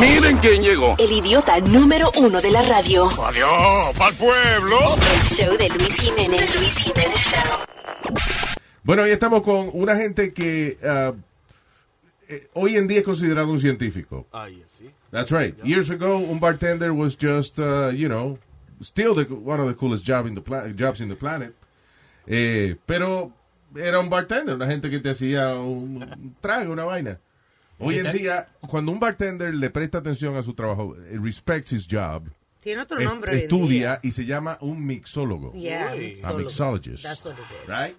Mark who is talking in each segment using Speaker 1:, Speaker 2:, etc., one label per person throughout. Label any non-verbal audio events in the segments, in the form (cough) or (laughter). Speaker 1: Miren quién llegó.
Speaker 2: El idiota número uno de la radio.
Speaker 1: Adiós, pa'l pueblo.
Speaker 2: El show de Luis Jiménez. Luis Jiménez Show.
Speaker 3: Bueno, hoy estamos con una gente que ah, eh, hoy en día es considerado un científico. That's right. Years ago, un bartender was just, uh, you know, still the, one of the coolest job in the pla- jobs in the planet. Eh, pero era un bartender, una gente que te hacía un, un trago, una vaina. Hoy en día, cuando un bartender le presta atención a su trabajo, eh, respects his job,
Speaker 4: Tiene otro
Speaker 3: es-
Speaker 4: nombre. hoy en
Speaker 3: estudia y se llama un mixólogo.
Speaker 4: día. Yeah,
Speaker 3: A
Speaker 4: mixólogo.
Speaker 3: mixologist.
Speaker 4: That's what it is.
Speaker 3: Right?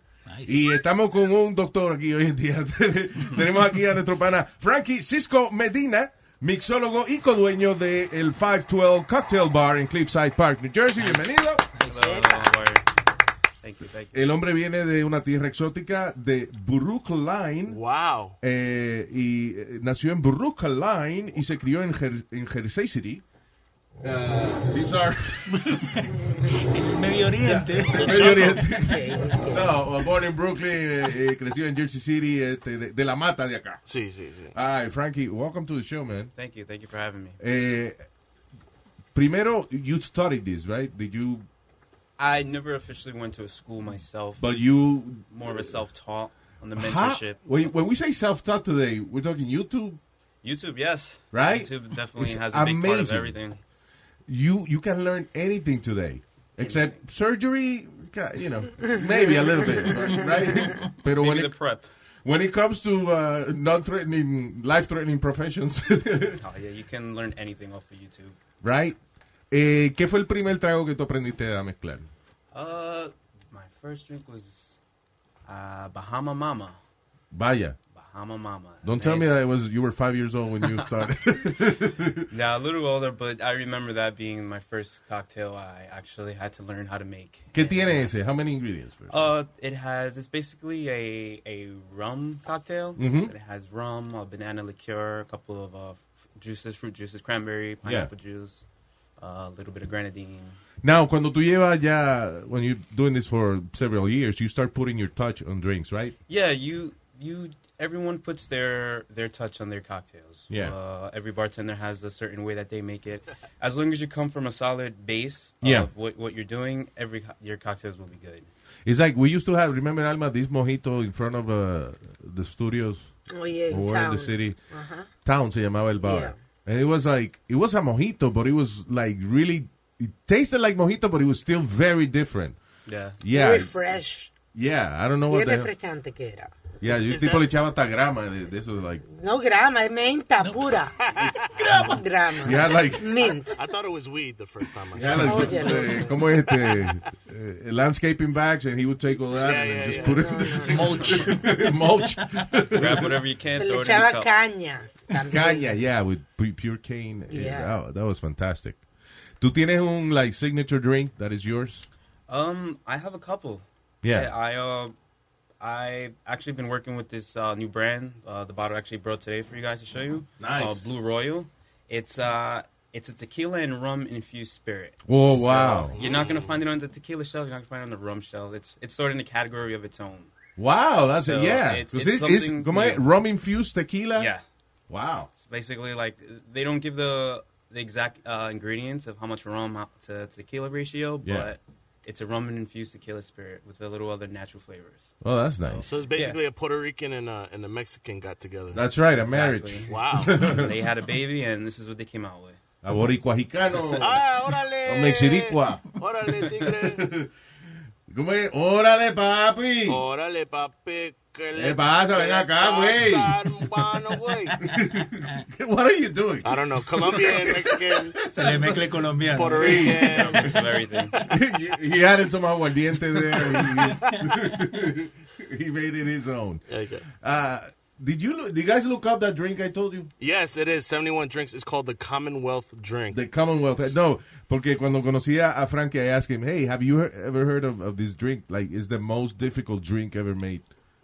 Speaker 3: Y estamos con un doctor aquí hoy en día. (laughs) Tenemos aquí a nuestro pana Frankie Cisco Medina, mixólogo y codueño del 512 Cocktail Bar en Cliffside Park, New Jersey. Bienvenido.
Speaker 5: Thank you, thank
Speaker 3: El hombre viene de una tierra exótica de Brooklyn.
Speaker 5: Wow.
Speaker 3: eh, y eh, nació en Brooklyn y se crió en, Jer- en Jersey City. Uh, these are
Speaker 6: Medio Oriente.
Speaker 3: Medio Oriente. No, born in Brooklyn, eh, eh, creció en Jersey City, este, de, de la mata de acá.
Speaker 5: Sí, sí, sí.
Speaker 3: Hi, Frankie, welcome to the show, man.
Speaker 5: (laughs) Thank you, thank you for having me.
Speaker 3: Eh, primero, you studied this, right? Did you?
Speaker 5: I never officially went to a school myself,
Speaker 3: But you.
Speaker 5: more of a self-taught on the
Speaker 3: How-
Speaker 5: mentorship.
Speaker 3: when, when we say self-taught today, we're talking YouTube.
Speaker 5: YouTube, yes.
Speaker 3: Right?
Speaker 5: YouTube definitely
Speaker 3: It's
Speaker 5: has a big part of
Speaker 3: amazing.
Speaker 5: everything.
Speaker 3: You you can learn anything today, except surgery. ca- You know, maybe a little bit, but- right? Pero when
Speaker 5: Maybe the
Speaker 3: it,
Speaker 5: prep.
Speaker 3: when it comes to uh, non-threatening, life-threatening professions, (laughs)
Speaker 5: Oh, yeah, you can learn anything off of YouTube.
Speaker 3: Right. Eh, ¿Qué fue el primer trago que tú aprendiste a mezclar?
Speaker 5: Uh, my first drink was uh, Bahama Mama.
Speaker 3: Vaya.
Speaker 5: Bahama Mama.
Speaker 3: Don't tell me
Speaker 5: Nice.
Speaker 3: that it was you were five years old when you started. (laughs)
Speaker 5: Now, a little older, but I remember that being my first cocktail I actually had to learn how to make.
Speaker 3: ¿Qué
Speaker 5: And,
Speaker 3: tiene
Speaker 5: uh,
Speaker 3: ese? How many ingredients?
Speaker 4: Oh.
Speaker 5: Uh, it has it's basically a a rum cocktail.
Speaker 3: Mhm.
Speaker 5: It has rum, a banana liqueur, a couple of uh, f- juices, fruit juices, cranberry,
Speaker 3: Yeah.
Speaker 5: pineapple juice, uh, a little bit of grenadine.
Speaker 3: Now, cuando tú llevas ya, when you're doing this for several years, you start putting your touch on drinks, right?
Speaker 5: Yeah, you you everyone puts their their touch on their cocktails.
Speaker 3: Yeah.
Speaker 5: Uh, every bartender has a certain way that they make it. As long as you come from a solid base
Speaker 3: Yeah.
Speaker 5: of what what you're doing, every co- your cocktails will be good.
Speaker 3: It's like we used to have, remember Alma, this mojito in front of uh, the studios
Speaker 4: Oye,
Speaker 3: or in
Speaker 4: town.
Speaker 3: the city.
Speaker 4: Ajá.
Speaker 3: Town se llamaba el bar.
Speaker 4: Yeah.
Speaker 3: And it was like, it was a mojito, but it was like really, it tasted like mojito, but it was still very different.
Speaker 5: Yeah.
Speaker 3: Yeah.
Speaker 4: Very fresh.
Speaker 3: Yeah, I don't know
Speaker 4: Qué
Speaker 3: what the hell.
Speaker 4: refrescante que era.
Speaker 3: Yeah, yo tipo le echaba hasta grama de, de eso, like,
Speaker 4: No grama, es menta
Speaker 5: (laughs)
Speaker 4: pura. grama. (laughs) Grama.
Speaker 3: you had like,
Speaker 4: Mint.
Speaker 5: Ah,
Speaker 6: I thought it was weed the first time I
Speaker 3: you had
Speaker 6: saw it.
Speaker 3: like
Speaker 4: Oye, no.
Speaker 3: eh, ¿cómo es este? eh, landscaping bags, and he would take all that
Speaker 6: Yeah,
Speaker 3: and then
Speaker 6: yeah,
Speaker 3: just
Speaker 6: yeah.
Speaker 3: put it mulch. (laughs) mulch.
Speaker 5: (laughs) Grab whatever you can.
Speaker 4: Le
Speaker 5: throw it in the
Speaker 4: echaba
Speaker 5: cup.
Speaker 4: caña. también.
Speaker 3: Caña, yeah, with pu- pure cane. Yeah.
Speaker 4: Yeah.
Speaker 3: that- that was fantastic. ¿Tú tienes un, like, signature drink that is yours?
Speaker 5: Um, I have a couple.
Speaker 3: Yeah.
Speaker 5: I uh, I actually been working with this uh, new brand. Uh, the bottle actually brought today for you guys to show you.
Speaker 3: Nice.
Speaker 5: Uh, Blue Royal. It's uh, it's a tequila and rum infused spirit.
Speaker 3: Oh,
Speaker 5: So,
Speaker 3: wow.
Speaker 5: You're not gonna find it on the tequila shelf. You're not gonna find it on the rum shelf. It's it's sort of in a category of its own.
Speaker 3: Wow, that's
Speaker 5: So,
Speaker 3: it, yeah.
Speaker 5: it's-
Speaker 3: 'Cause it's-
Speaker 5: it's
Speaker 3: it's-
Speaker 5: something
Speaker 3: ¿cómo es?
Speaker 5: new.
Speaker 3: Rum infused tequila?
Speaker 5: Yeah.
Speaker 3: Wow.
Speaker 5: It's basically like they don't give the the exact uh, ingredients of how much rum ho- to tequila ratio,
Speaker 3: Yeah.
Speaker 5: but it's a rum and infused tequila spirit with a little other natural flavors.
Speaker 3: Oh, that's nice.
Speaker 6: So it's basically a Puerto Rican and a, and a Mexican got together.
Speaker 3: That's right, a
Speaker 5: Exactly.
Speaker 3: marriage.
Speaker 6: (laughs) wow.
Speaker 3: (laughs)
Speaker 5: (laughs) they had a baby, and this is what they came out with.
Speaker 3: A boricua
Speaker 5: (laughs)
Speaker 3: jicano.
Speaker 6: ah, órale.
Speaker 3: A mexiricua.
Speaker 6: Órale,
Speaker 3: (laughs)
Speaker 6: tigre.
Speaker 3: ¿Cómo es? Órale, papi.
Speaker 5: Oh.
Speaker 6: Órale, papi. ¿Qué
Speaker 3: ¿Qué pasa? Ven acá, güey.
Speaker 6: pasa, hermano, güey?
Speaker 3: (laughs) What are you doing?
Speaker 5: Ah.
Speaker 6: I don't know. Colombian,
Speaker 3: (laughs)
Speaker 6: Mexican, Puerto Puerto Se le
Speaker 7: mezcle colombiano.
Speaker 6: Rican.
Speaker 3: (laughs)
Speaker 5: Mix of (laughs) everything.
Speaker 3: he, he added some aguardiente there. He, (laughs) he made it his own.
Speaker 6: There you go.
Speaker 3: Uh, did you look, did you guys look up that drink I told you?
Speaker 6: Yes, it is. 71 drinks. It's called the Commonwealth drink.
Speaker 3: The Commonwealth. No, porque cuando conocía a Frankie, I asked him, hey, have you he- ever heard of, of this drink? Like, it's the most difficult drink ever made.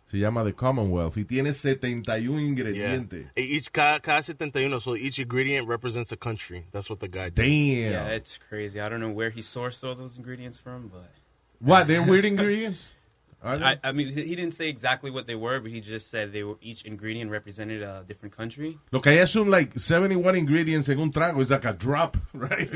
Speaker 3: Se llama the Commonwealth. Y tiene 71
Speaker 6: yeah. E-,
Speaker 3: ingredientes.
Speaker 6: Each ca, cada 71, so each ingredient represents a country. That's what the guy did.
Speaker 3: Damn.
Speaker 5: Yeah, it's crazy. I don't know where he sourced all those ingredients from, but (laughs)
Speaker 3: What? They're weird ingredients? Are they?
Speaker 5: I, I mean, he he didn't say exactly what they were, but he just said they were each ingredient represented a different country.
Speaker 3: Lo que hay es un like 71 ingredients en un trago is like a drop, (laughs) right?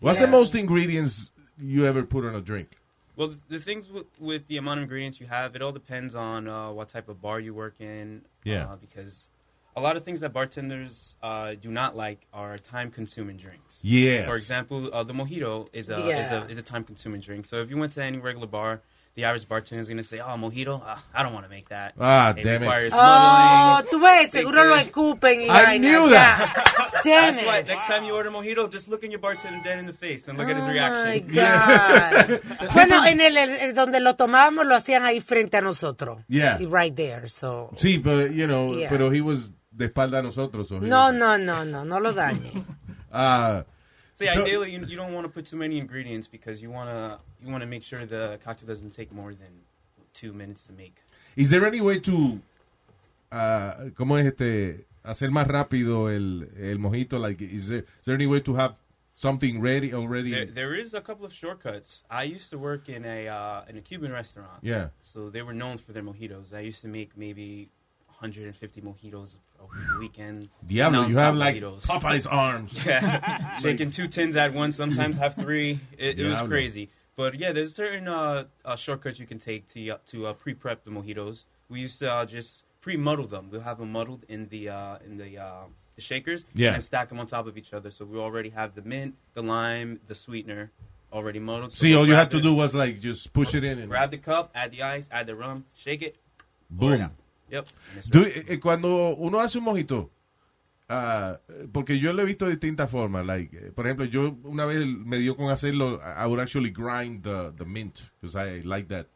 Speaker 3: What's the most ingredients you ever put on a drink?
Speaker 5: Well, the- the things with, with the amount of ingredients you have, it all depends on uh, what type of bar you work in.
Speaker 3: Yeah.
Speaker 5: Uh, because a lot of things that bartenders uh, do not like are time-consuming drinks.
Speaker 3: Yes.
Speaker 5: For example, uh, the mojito is a, is
Speaker 4: Yeah.
Speaker 5: a is a time-consuming drink. So if you went to any regular bar, the average bartender is going to say, "Oh, mojito, Ah, I don't want to make that.
Speaker 3: Ah,
Speaker 5: it
Speaker 3: damn it.
Speaker 5: requires
Speaker 4: Oh,
Speaker 5: muddling."
Speaker 4: tú ves, seguro lo escupen y
Speaker 3: I
Speaker 4: vaina,
Speaker 3: knew
Speaker 4: ya. (laughs) Damn
Speaker 5: That's why
Speaker 4: it.
Speaker 5: next time you order mojito, just look in your bartender dead in the face and look at his
Speaker 4: Oh, my
Speaker 5: reaction.
Speaker 4: God.
Speaker 3: (laughs)
Speaker 4: bueno, en el, el- el donde lo tomábamos lo hacían ahí frente a nosotros.
Speaker 3: Yeah.
Speaker 4: Y Right there, so.
Speaker 3: Sí, but, you know,
Speaker 4: Yeah.
Speaker 3: pero he was de espalda a nosotros. So he
Speaker 4: No,
Speaker 3: was-
Speaker 4: no, no, no, no lo dañe.
Speaker 3: Ah,
Speaker 5: So, yeah,
Speaker 3: So-
Speaker 5: ideally, you, you don't want to put too many ingredients because you want to you want to make sure the cocktail doesn't take more than two minutes to make.
Speaker 3: is there any way to, ah, ¿cómo es este, hacer más rápido el, el mojito? Like, is there, is there any way to have something ready already?
Speaker 5: There, there is a couple of shortcuts. I used to work in a uh, in a Cuban restaurant.
Speaker 3: Yeah.
Speaker 5: So they were known for their mojitos. I used to make maybe 150 mojitos a weekend.
Speaker 3: Diablo, you
Speaker 5: nonstop
Speaker 3: have like
Speaker 5: mojitos.
Speaker 3: Popeye's arms.
Speaker 5: Yeah. Taking two tins at once, sometimes
Speaker 3: (laughs)
Speaker 5: have three. It, it was
Speaker 3: Diablo.
Speaker 5: crazy. But yeah, there's certain uh, uh, shortcuts you can take to uh, to uh, pre-prep the mojitos. We used to uh, just pre-muddle them. We'll have them muddled in the uh, in the, uh, the shakers
Speaker 3: Yeah.
Speaker 5: and stack them on top of each other. So we already have the mint, the lime, the sweetener already muddled. So
Speaker 3: See,
Speaker 5: we'll
Speaker 3: all you
Speaker 5: grab
Speaker 3: had to
Speaker 5: the-
Speaker 3: do was like just push it in and
Speaker 5: grab the cup, add the ice, add the rum, shake it. pour it
Speaker 3: boom.
Speaker 5: out. Yep. and it's
Speaker 3: Do-
Speaker 5: ready.
Speaker 3: eh, eh, cuando uno hace un mojito, ah, porque yo lo he visto de distintas formas. Like, eh, por ejemplo, yo una vez me dio con hacerlo, I I would actually grind the, the mint because I like that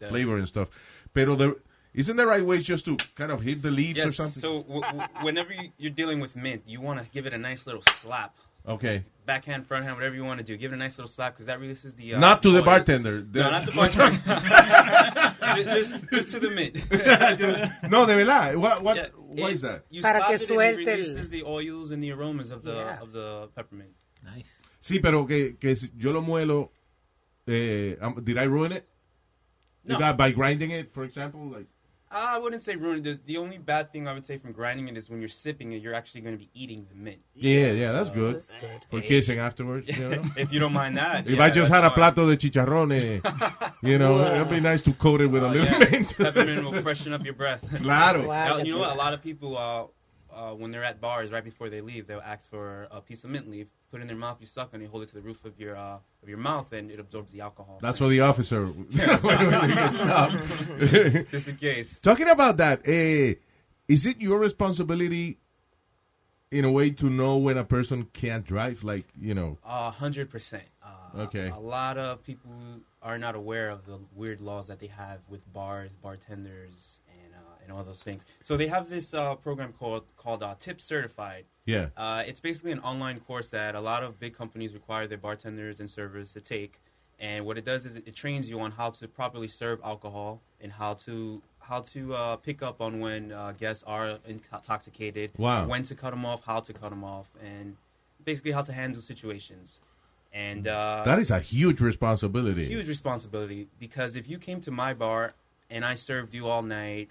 Speaker 5: Yeah.
Speaker 3: flavor and stuff. Pero the, isn't the right way just to kind of hit the leaves or
Speaker 5: Yes.
Speaker 3: something?
Speaker 5: So w- w- whenever you- you're dealing with mint, you want to give it a nice little slap.
Speaker 3: okay.
Speaker 5: backhand, front hand, whatever you want to do. Give it a nice little slap because that releases the. Uh,
Speaker 3: Not to the
Speaker 5: oils.
Speaker 3: bartender. The-
Speaker 5: No, not the bartender.
Speaker 3: (laughs)
Speaker 5: just, just, just to the mint.
Speaker 3: (laughs) No, de verdad. What, what,
Speaker 5: Yeah,
Speaker 3: what
Speaker 5: it-
Speaker 3: is that?
Speaker 5: You
Speaker 4: Para
Speaker 5: slap
Speaker 4: que
Speaker 5: it
Speaker 4: suelte
Speaker 5: and
Speaker 4: el-
Speaker 5: it releases the oils and the aromas of the
Speaker 4: Yeah.
Speaker 5: of the peppermint.
Speaker 7: Nice.
Speaker 3: Sí, pero que, que si yo lo muelo. Eh, um, did I ruin it?
Speaker 5: No.
Speaker 3: Did I- by grinding it, for example, like.
Speaker 5: Uh, I wouldn't say ruined. The, the only bad thing I would say from grinding it is when you're sipping it, you're actually going to be eating the mint.
Speaker 3: Yeah, yeah, that's
Speaker 5: so-
Speaker 3: good. For kissing afterwards, you know?
Speaker 5: (laughs) If you don't mind that.
Speaker 3: If
Speaker 5: yeah,
Speaker 3: I just had
Speaker 5: that's
Speaker 3: a
Speaker 5: fine.
Speaker 3: plato de chicharrones,
Speaker 5: (laughs)
Speaker 3: you know, it'd be nice to coat it with a
Speaker 5: Oh,
Speaker 3: little
Speaker 5: yeah.
Speaker 3: mint. (laughs)
Speaker 5: Peppermint will freshen up your breath.
Speaker 3: claro.
Speaker 4: Wow.
Speaker 5: Now, you know what? A lot of people, uh, uh, when they're at bars, right before they leave, they'll ask for a piece of mint leaf, put it in their mouth, you suck, and you hold it to the roof of your uh, of your mouth, and it absorbs the alcohol.
Speaker 3: That's what the officer. (laughs) Stop.
Speaker 5: (laughs) Just in case.
Speaker 3: Talking about that, eh, is it your responsibility, in a way, to know when a person can't drive? Like, you know,
Speaker 5: A hundred percent. Uh,
Speaker 3: Okay.
Speaker 5: A lot of people are not aware of the weird laws that they have with bars, bartenders, and uh, and all those things. So they have this uh, program called called uh, Tip Certified.
Speaker 3: yeah.
Speaker 5: Uh, it's basically an online course that a lot of big companies require their bartenders and servers to take. And what it does is it, it trains you on how to properly serve alcohol and how to how to uh, pick up on when uh, guests are intoxicated,
Speaker 3: Wow.
Speaker 5: when to cut them off, how to cut them off, and basically how to handle situations. And uh,
Speaker 3: that is a huge responsibility.
Speaker 5: huge responsibility because if you came to my bar and I served you all night,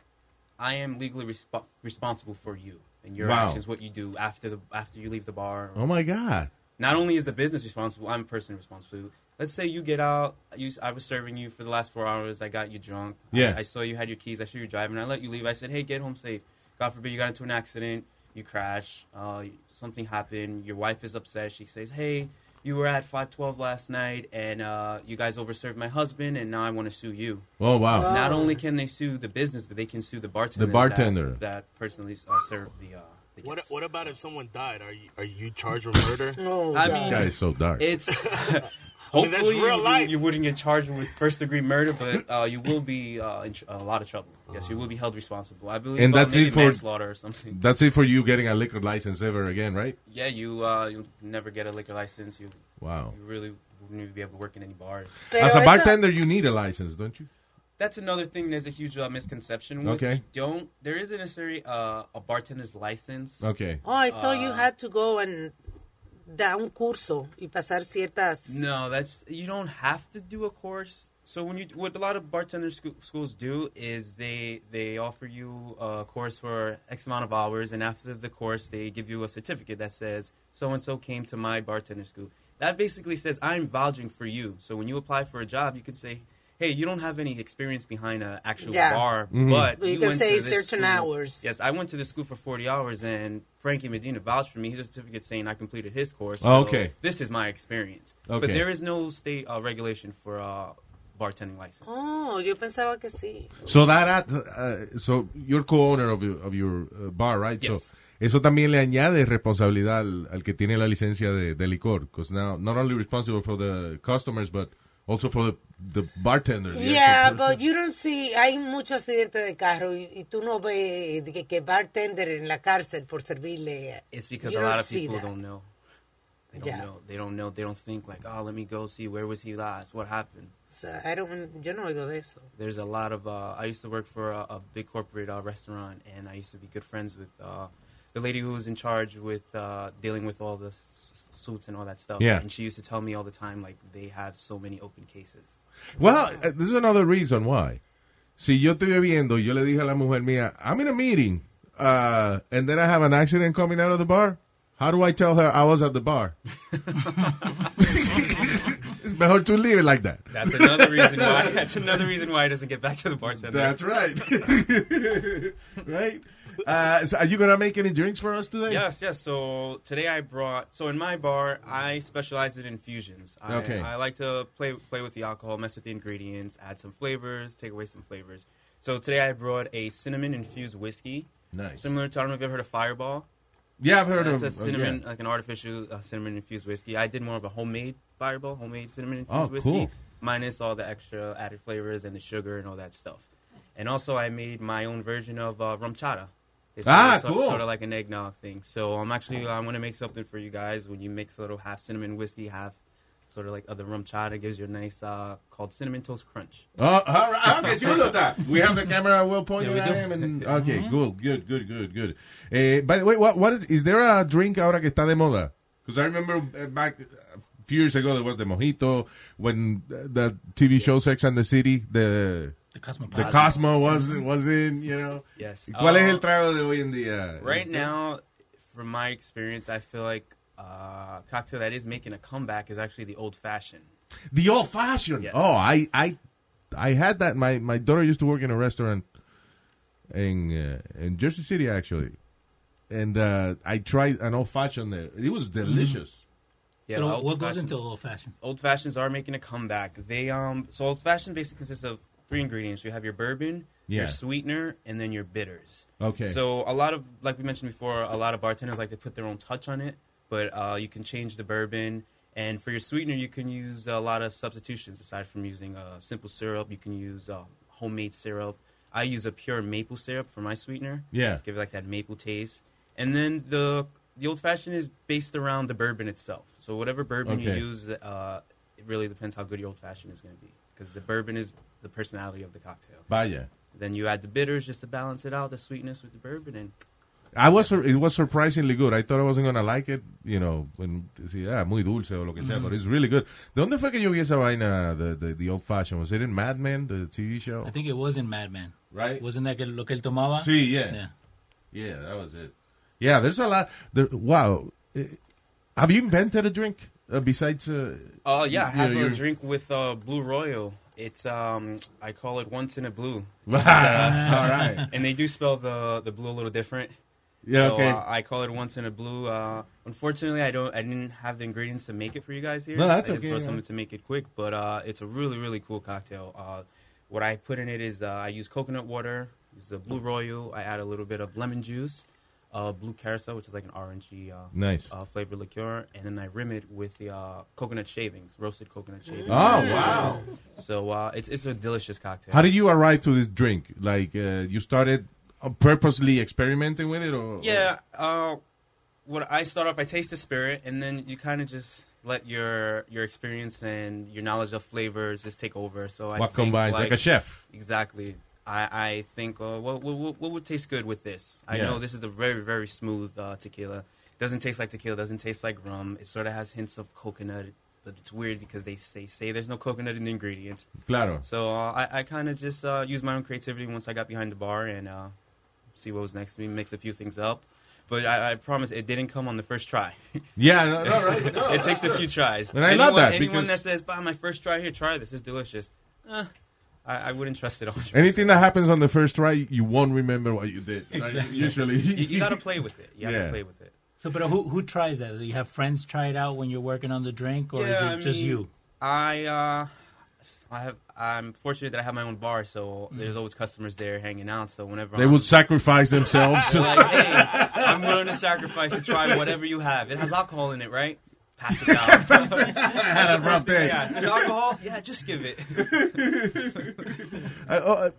Speaker 5: I am legally resp- responsible for you and your
Speaker 3: Wow.
Speaker 5: actions, what you do after the after you leave the bar.
Speaker 3: Oh my God.
Speaker 5: Not only is the business responsible, I'm personally responsible. Let's say you get out. You, s- I was serving you for the last four hours. I got you drunk. I-
Speaker 3: Yeah.
Speaker 5: I, saw you had your keys. I saw you driving. I let you leave. I said, "Hey, get home safe." God forbid you got into an accident. You crash. Uh, something happened. Your wife is upset. She says, "Hey, you were at 512 last night, and uh, you guys overserved my husband, and now I want to sue you."
Speaker 3: Oh wow.
Speaker 5: Not only can they sue the business, but they can sue the bartender. that-
Speaker 3: bartender.
Speaker 5: that, personally uh, served the. Uh, the
Speaker 6: What,
Speaker 5: guest.
Speaker 6: what about if someone died? Are you, are you charged with
Speaker 3: (laughs)
Speaker 6: murder?
Speaker 4: Oh,
Speaker 5: I
Speaker 4: God.
Speaker 5: mean,
Speaker 3: That guy is so dark.
Speaker 6: (laughs)
Speaker 5: It's
Speaker 6: mean,
Speaker 5: (laughs) hopefully
Speaker 6: that's
Speaker 5: you-
Speaker 6: real
Speaker 5: you,
Speaker 6: life.
Speaker 5: you wouldn't get charged with first degree murder, but uh, you will be uh, in tr- a lot of trouble. Yes, you will be held responsible. I believe.
Speaker 3: And
Speaker 5: uh,
Speaker 3: that's
Speaker 5: maybe
Speaker 3: it for-
Speaker 5: manslaughter or something. (laughs)
Speaker 3: That's it for you getting a liquor license ever again, right?
Speaker 5: Yeah, you uh, you never get a liquor license. You
Speaker 3: Wow.
Speaker 5: you really wouldn't even be able to work in any bars.
Speaker 4: Pero
Speaker 3: As a
Speaker 4: eso-
Speaker 3: bartender, you need a license, don't you?
Speaker 5: That's another thing. There's a huge uh, misconception. With.
Speaker 3: Okay.
Speaker 5: You don't there isn't necessarily uh, a bartender's license.
Speaker 3: Okay.
Speaker 4: Oh, I thought
Speaker 5: Ah.
Speaker 4: you had to go and dar un curso y pasar ciertas.
Speaker 5: No, that's you don't have to do a course. So when you what a lot of bartender scho- schools do is they they offer you a course for X amount of hours, and after the course they give you a certificate that says so and so came to my bartender school. That basically says I'm vouching for you. So when you apply for a job, you could say, hey, you don't have any experience behind an actual
Speaker 4: Yeah.
Speaker 5: bar, but
Speaker 4: You can
Speaker 5: went
Speaker 4: say
Speaker 5: to this
Speaker 4: certain
Speaker 5: school."
Speaker 4: hours.
Speaker 5: Yes, I went to the school for 40 hours, and Frankie Medina vouched for me. He's a certificate saying I completed his course.
Speaker 3: Oh,
Speaker 5: so
Speaker 3: okay.
Speaker 5: This is my experience. But
Speaker 3: Okay.
Speaker 5: there is no state uh, regulation for uh, bartending license.
Speaker 4: Oh, yo pensaba que sí.
Speaker 3: So that, uh, so you're co-owner of your, of your uh, bar, right?
Speaker 5: Yes.
Speaker 3: So eso también le añade responsabilidad al, al que tiene la licencia de, de licor, because now not only responsible for the customers but also for the, the bartender.
Speaker 5: Pues
Speaker 3: the
Speaker 4: Yeah,
Speaker 3: actual person.
Speaker 4: but you don't see, hay muchos accidentes de carro y, y tú no ves de que, que bartender en la cárcel por servirle.
Speaker 5: It's because
Speaker 4: You
Speaker 5: a
Speaker 4: don't
Speaker 5: lot of
Speaker 4: see
Speaker 5: people
Speaker 4: that.
Speaker 5: don't know. They don't
Speaker 4: Yeah.
Speaker 5: know. They don't know. They don't think like, oh, let me go see where was he last, what happened.
Speaker 4: O sea, I don't- yo no oigo de
Speaker 5: (laughs)
Speaker 4: eso.
Speaker 5: There's a lot of. Uh, I used to work for a, a big corporate uh, restaurant, and I used to be good friends with uh, the lady who was in charge with uh, dealing with all the s- s- suits and all that stuff.
Speaker 3: Yeah.
Speaker 5: And she used to tell me all the time like they have so many open cases.
Speaker 3: Well, uh, this is another reason why. Si yo estoy bebiendo, yo le dije a la mujer mía, I'm in a meeting, uh, and then I have an accident coming out of the bar. How do I tell her I was at the
Speaker 4: (laughs)
Speaker 3: bar? (laughs) Mejor to leave it like that.
Speaker 5: That's another reason why. (laughs) That's another reason why it doesn't get back to the bartender.
Speaker 3: That's right. right? (laughs) Uh, so are you going to make any drinks for us today?
Speaker 5: Yes, yes. So today I brought. So in my bar, I specialize in infusions. I,
Speaker 3: Okay.
Speaker 5: I like to play play with the alcohol, mess with the ingredients, add some flavors, take away some flavors. So today I brought a cinnamon infused whiskey,
Speaker 3: Nice.
Speaker 5: similar to I don't know if you've heard of Fireball.
Speaker 3: Yeah, I've heard of
Speaker 5: It's a
Speaker 3: uh,
Speaker 5: cinnamon,
Speaker 3: yeah.
Speaker 5: like an artificial uh, cinnamon infused whiskey. I did more of a homemade Fireball, homemade cinnamon infused
Speaker 3: Oh,
Speaker 5: whiskey,
Speaker 3: cool.
Speaker 5: minus all the extra added flavors and the sugar and all that stuff. And also, I made my own version of uh, rum chata. It's
Speaker 3: Ah,
Speaker 5: sort,
Speaker 3: cool.
Speaker 5: sort of like an eggnog thing. So I'm actually uh, I'm gonna make something for you guys. When you mix a little half cinnamon whiskey, half sort of like other rum chata, gives you a nice uh, called cinnamon toast crunch.
Speaker 3: Oh, all right. Okay, chulo está. We have the camera well pointed
Speaker 5: Yeah, we
Speaker 3: at
Speaker 5: do. Mm-hmm.
Speaker 3: him. And,
Speaker 5: (laughs)
Speaker 3: okay, good, good, good, good, good. Eh, by the way, what, what is, is there a drink ahora que está de moda? Because I remember uh, back a few years ago there was the mojito when uh, the TV show Sex and the City, the
Speaker 7: The Cosmopolitan.
Speaker 3: the Cosmo was was in, you know.
Speaker 5: Yes.
Speaker 3: ¿Cuál es
Speaker 5: Uh,
Speaker 3: el trago de hoy en día?
Speaker 5: Right
Speaker 3: Is-
Speaker 5: now, from my experience, I feel like uh, cocktail that is making a comeback is actually the old fashioned.
Speaker 3: The old fashioned.
Speaker 5: Yes.
Speaker 3: Oh, I, I, I had that. My my daughter used to work in a restaurant in uh, in Jersey City actually, and uh, I tried an old fashioned there. It was delicious.
Speaker 5: Yeah,
Speaker 7: But what goes
Speaker 5: fashions-
Speaker 7: into old fashioned?
Speaker 5: old fashions are making a comeback. They um so old fashioned basically consists of three ingredients. You have your bourbon,
Speaker 3: Yeah.
Speaker 5: your sweetener, and then your bitters.
Speaker 3: Okay.
Speaker 5: So a lot of like we mentioned before, a lot of bartenders like to put their own touch on it, but uh, you can change the bourbon. And for your sweetener, you can use a lot of substitutions aside from using uh, simple syrup. You can use uh, homemade syrup. I use a pure maple syrup for my sweetener.
Speaker 3: Yeah.
Speaker 5: Just give it like that maple taste. And then the the old fashioned is based around the bourbon itself. So whatever bourbon you
Speaker 3: Okay.
Speaker 5: use, uh, it really depends how good your old fashioned is going to be because the bourbon is the personality of the cocktail.
Speaker 3: Vaya.
Speaker 5: Then you add the bitters just to balance it out, the sweetness with the bourbon, and
Speaker 3: I was sur- it was surprisingly good. I thought I wasn't gonna like it, you know, when sí, ah, muy dulce o lo que sea, but it's really good. ¿De dónde fue que yo vi esa vaina the, the, the old fashioned? Was it in Mad Men, the TV show?
Speaker 7: I think it was in Mad Men.
Speaker 3: Right.
Speaker 7: Wasn't that que- lo que él tomaba?
Speaker 3: Sí, yeah.
Speaker 7: Yeah.
Speaker 3: Yeah, that was it. Yeah, there's a lot. There, wow, Uh, have you invented a drink uh, besides? Uh,
Speaker 5: Oh yeah, I
Speaker 3: you
Speaker 5: have
Speaker 3: know,
Speaker 5: a
Speaker 3: your-
Speaker 5: drink with uh, Blue Royal. It's um, I call it once in a blue,
Speaker 3: All right.
Speaker 5: and they do spell the the blue a little different.
Speaker 3: (laughs) Yeah.
Speaker 5: so,
Speaker 3: okay.
Speaker 5: uh, I call it once in a blue. Uh, unfortunately, I don't, I didn't have the ingredients to make it for you guys here.
Speaker 3: No, that's
Speaker 5: I just
Speaker 3: okay,
Speaker 5: brought
Speaker 3: yeah.
Speaker 5: something to make it quick, but uh, it's a really, really cool cocktail. Uh, what I put in it is uh, I use coconut water, use the blue royal. I add a little bit of lemon juice, uh, blue carousel, which is like an orangey uh,
Speaker 3: Nice.
Speaker 5: uh, flavored liqueur, and then I rim it with the uh, coconut shavings, roasted coconut shavings.
Speaker 3: oh wow!
Speaker 5: So uh, it's it's a delicious cocktail.
Speaker 3: How did you arrive to this drink? Like uh, you started uh, purposely experimenting with it, or
Speaker 5: Yeah. Uh, what I start off, I taste the spirit, and then you kind of just let your your experience and your knowledge of flavors just take over. So I
Speaker 3: or what
Speaker 5: think,
Speaker 3: combines like, a chef?
Speaker 5: Exactly. I, I think uh, what, what- what what would taste good with this? I
Speaker 3: Yeah.
Speaker 5: know this is a very very smooth uh, tequila. Doesn't taste like tequila. Doesn't taste like rum. It sort of has hints of coconut but it's weird because they say, say there's no coconut in the ingredients. (laughs)
Speaker 3: Claro.
Speaker 5: So uh, I, I kind of just uh, used my own creativity once I got behind the bar and uh, see what was next to me, mix a few things up. But I, I promise it didn't come on the first try. (laughs)
Speaker 3: Yeah, no, no, right. No.
Speaker 5: it takes a few tries.
Speaker 3: And I love that
Speaker 5: Anyone
Speaker 3: because-
Speaker 5: that says, "By my first try here, try this. It's delicious." Eh, I, I wouldn't trust it (laughs) on.
Speaker 3: Anything that happens on the first try, you won't remember what you did. right?
Speaker 7: Exactly.
Speaker 3: Usually,
Speaker 5: you, you
Speaker 3: (laughs)
Speaker 5: gotta play with it. You gotta
Speaker 3: Yeah.
Speaker 5: play with it.
Speaker 7: So, but who who tries that? Do you have friends try it out when you're working on the drink, or is it
Speaker 5: Yeah, I
Speaker 7: just
Speaker 5: mean,
Speaker 7: you?
Speaker 5: I uh, s- I have. I'm fortunate that I have my own bar, so there's always customers there hanging out. So whenever
Speaker 3: They
Speaker 5: I'm,
Speaker 3: would sacrifice themselves.
Speaker 5: they're (laughs) like, hey, I'm willing to sacrifice to try whatever you have. It has alcohol in it, right?
Speaker 3: (laughs)
Speaker 5: Pass it down.
Speaker 3: had a rough day.
Speaker 5: yeah, there's alcohol. Yeah, just give it.
Speaker 3: (laughs) Uh, oh, uh,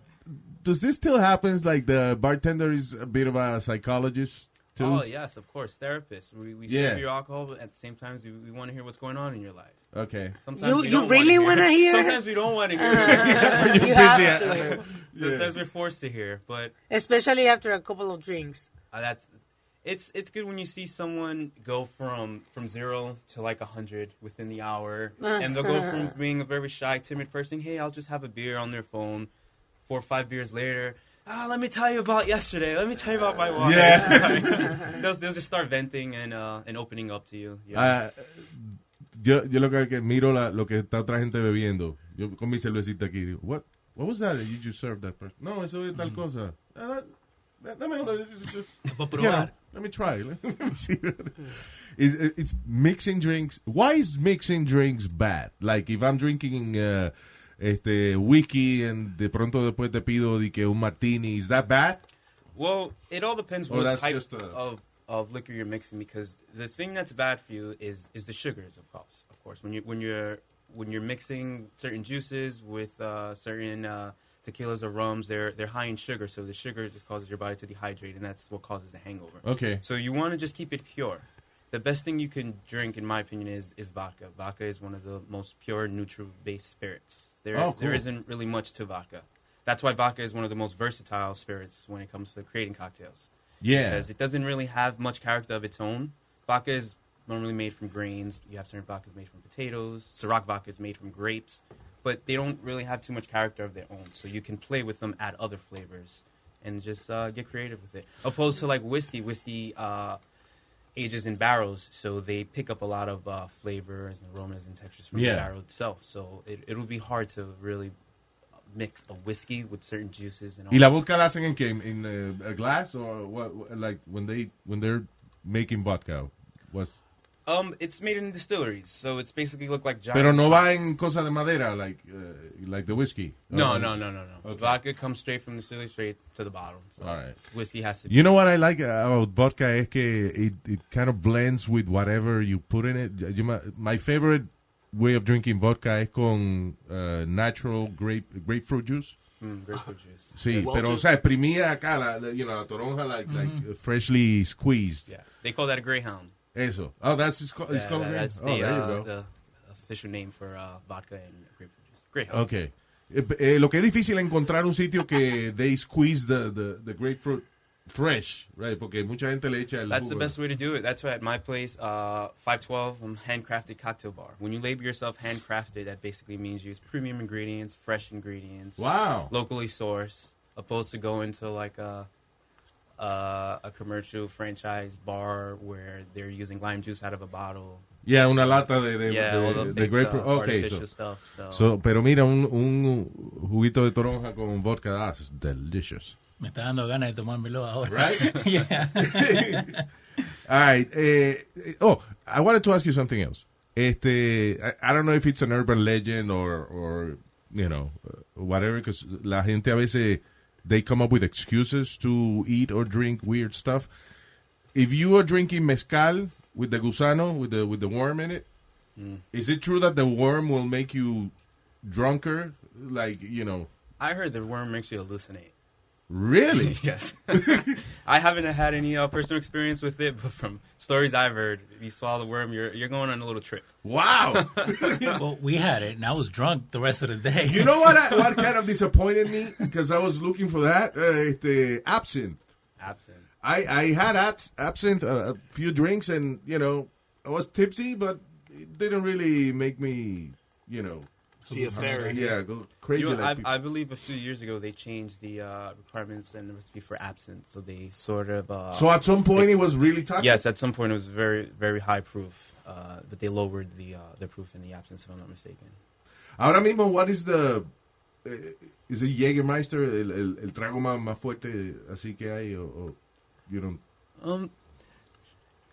Speaker 3: does this still happens? Like the bartender is a bit of a psychologist too.
Speaker 5: Oh yes, of course, therapist. We, we
Speaker 3: Yeah.
Speaker 5: serve your alcohol, but at the same time, we, we want to hear what's going on in your life.
Speaker 3: Okay.
Speaker 5: Sometimes
Speaker 4: You-
Speaker 5: we
Speaker 4: you
Speaker 5: don't
Speaker 4: really
Speaker 5: want
Speaker 4: wanna
Speaker 5: to
Speaker 4: hear? Uh-huh.
Speaker 5: Sometimes we don't want to hear.
Speaker 4: you
Speaker 3: busy
Speaker 4: have
Speaker 3: at-
Speaker 4: to,
Speaker 5: Sometimes we're forced to hear, but
Speaker 4: especially after a couple of drinks.
Speaker 5: Uh, that's it's it's good when you see someone go from from zero to like a hundred within the hour, and they'll go from being a very shy, timid person. Hey, I'll just have a beer on their phone. Four or five beers later, ah, let me tell you about yesterday. Let me tell you about my wife.
Speaker 3: Yeah.
Speaker 5: (laughs) they'll, they'll just start venting and uh, and opening up to you. Yeah.
Speaker 3: Ah, yo, yo lo que, que miro la- lo que está otra gente bebiendo. Yo con mi cervecita aquí. digo, What, what was that that you just served that person? No, eso es tal cosa. Ah, that- dame una, just- just-
Speaker 7: Para
Speaker 3: you know,
Speaker 7: probar.
Speaker 3: let me try. (laughs) Let me see. Is it's mixing drinks? Why is mixing drinks bad? Like if I'm drinking uh, este whiskey and de pronto después te pido de que un martini, is that bad?
Speaker 5: Well, it all depends
Speaker 3: Or
Speaker 5: what
Speaker 3: that's
Speaker 5: type
Speaker 3: just a-
Speaker 5: of, of liquor you're mixing because the thing that's bad for you is is the sugars, of course. Of course, when you when you're when you're mixing certain juices with uh, certain uh, tequilas or rums, they're they're high in sugar, so the sugar just causes your body to dehydrate, and that's what causes the hangover.
Speaker 3: Okay.
Speaker 5: So you want to just keep it pure. The best thing you can drink, in my opinion, is, is vodka. Vodka is one of the most pure, neutral-based spirits. There,
Speaker 3: Oh, cool.
Speaker 5: there isn't really much to vodka. That's why vodka is one of the most versatile spirits when it comes to creating cocktails.
Speaker 3: Yeah.
Speaker 5: Because it doesn't really have much character of its own. Vodka is normally made from grains. You have certain vodkas made from potatoes. Ciroc vodka is made from grapes. But they don't really have too much character of their own. So you can play with them, add other flavors, and just uh, get creative with it. Opposed to like whiskey, whiskey uh, ages in barrels. So they pick up a lot of uh, flavors and aromas and textures from
Speaker 3: Yeah.
Speaker 5: the barrel itself. So it, it'll be hard to really mix a whiskey with certain juices and all
Speaker 3: ¿Y la vodka la hacen en qué? ¿En uh, a glass? Or what, what- like when, they, when they're making vodka? Was,
Speaker 5: Um, it's made in distilleries, so it's basically look like giant.
Speaker 3: pero no va
Speaker 5: pots.
Speaker 3: en cosa de madera, like, uh, like the whiskey.
Speaker 5: No,
Speaker 3: Uh,
Speaker 5: no, no, no, no.
Speaker 3: Okay.
Speaker 5: Vodka comes straight from the distillery straight to the bottle. So
Speaker 3: All right.
Speaker 5: Whiskey has to. be.
Speaker 3: You know what I like about vodka es que it, it kind of blends with whatever you put in it. Yo- my, my favorite way of drinking vodka es con uh, natural grape, grapefruit juice.
Speaker 5: Mm, grapefruit juice.
Speaker 3: Sí,
Speaker 6: Well,
Speaker 3: pero o
Speaker 6: too-
Speaker 3: sea, exprimida acá, la, la- you know, la toronja, like, like freshly squeezed.
Speaker 5: Mm-hmm. Yeah, they call that a greyhound.
Speaker 3: Eso. Oh, that's it's called, it's
Speaker 5: Yeah,
Speaker 3: called
Speaker 5: that-
Speaker 3: green?
Speaker 5: that's
Speaker 3: Oh,
Speaker 5: the,
Speaker 3: there you
Speaker 5: uh,
Speaker 3: go.
Speaker 5: the official name for uh, vodka and grapefruit juice. Greyhound.
Speaker 3: Ok. Eh, eh, lo que es difícil es encontrar un sitio que they squeeze the, the, the grapefruit fresh, right? Porque mucha gente le echa el
Speaker 5: That's the
Speaker 3: jugo.
Speaker 5: best way to do it. That's why at my place, uh, 512, I'm handcrafted cocktail bar. When you label yourself handcrafted, that basically means you use premium ingredients, fresh ingredients.
Speaker 3: Wow.
Speaker 5: locally sourced, opposed to going to like a uh, a commercial franchise bar where they're using lime juice out of a bottle.
Speaker 3: Yeah, una lata de, de,
Speaker 5: yeah,
Speaker 3: de-
Speaker 5: all the,
Speaker 3: de
Speaker 5: fake,
Speaker 3: grapefruit.
Speaker 5: uh,
Speaker 3: ok,
Speaker 5: artificial
Speaker 3: so,
Speaker 5: stuff. So,
Speaker 3: so, pero mira, un, un juguito de toronja con vodka, that's delicious.
Speaker 7: Me está dando ganas de tomármelo ahora.
Speaker 5: (laughs)
Speaker 3: Right? (laughs)
Speaker 7: (laughs) Yeah.
Speaker 3: All right. eh, eh, oh, I wanted to ask you something else. Este, I, I don't know if it's an urban legend or, or you know, uh, whatever, because la gente a veces, they come up with excuses to eat or drink weird stuff. If you are drinking mezcal with the gusano, with the, with the worm in it, is it true that the worm will make you drunker? Like, you know,
Speaker 5: I heard the worm makes you hallucinate. (laughs)
Speaker 3: (laughs) really?
Speaker 5: Yes, I haven't had any uh, personal experience with it, but from stories I've heard, if you swallow the worm, you're you're going on a little trip.
Speaker 3: wow.
Speaker 7: well, we had it, and I was drunk the rest of the day.
Speaker 3: You know what? I, what kind of disappointed me because I was looking for that uh, este, absinthe.
Speaker 5: Absent.
Speaker 3: I I had abs- absinthe, uh, a few drinks, and you know I was tipsy, but it didn't really make me, you know,
Speaker 6: See, it's there.
Speaker 3: yeah, go crazy.
Speaker 5: You know,
Speaker 3: like
Speaker 5: I,
Speaker 3: people.
Speaker 5: I believe a few years ago they changed the uh, requirements and the recipe for absence, so they sort of. Uh,
Speaker 3: so at some point, it was really toxic.
Speaker 5: yes, at some point it was very very high proof, uh, but they lowered the uh, the proof in the absence, if I'm not mistaken.
Speaker 3: Ahora mismo, what is the eh, is it Jägermeister el, el, el trago más, más fuerte así que hay o, o you don't
Speaker 5: Um,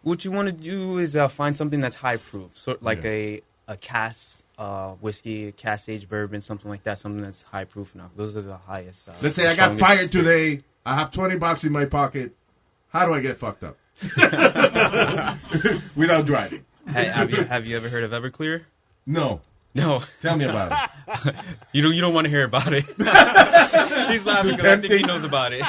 Speaker 5: what you want to do is uh, find something that's high proof, sort like
Speaker 3: Yeah.
Speaker 5: a a Cass uh, whiskey, a Cass aged bourbon, something like that. Something that's high proof now. Those are the highest. Uh,
Speaker 3: Let's say I got
Speaker 5: strongest
Speaker 3: fired
Speaker 5: spirits.
Speaker 3: today. I have 20 bucks in my pocket. How do I get fucked up? (laughs) Without driving.
Speaker 5: Ha- have, you, have you ever heard
Speaker 6: (laughs)
Speaker 5: of Everclear?
Speaker 3: No.
Speaker 5: No,
Speaker 3: Tell me about it. (laughs)
Speaker 5: you don't. You don't want to hear
Speaker 6: (laughs)
Speaker 5: about it. He's laughing because I think he knows about it.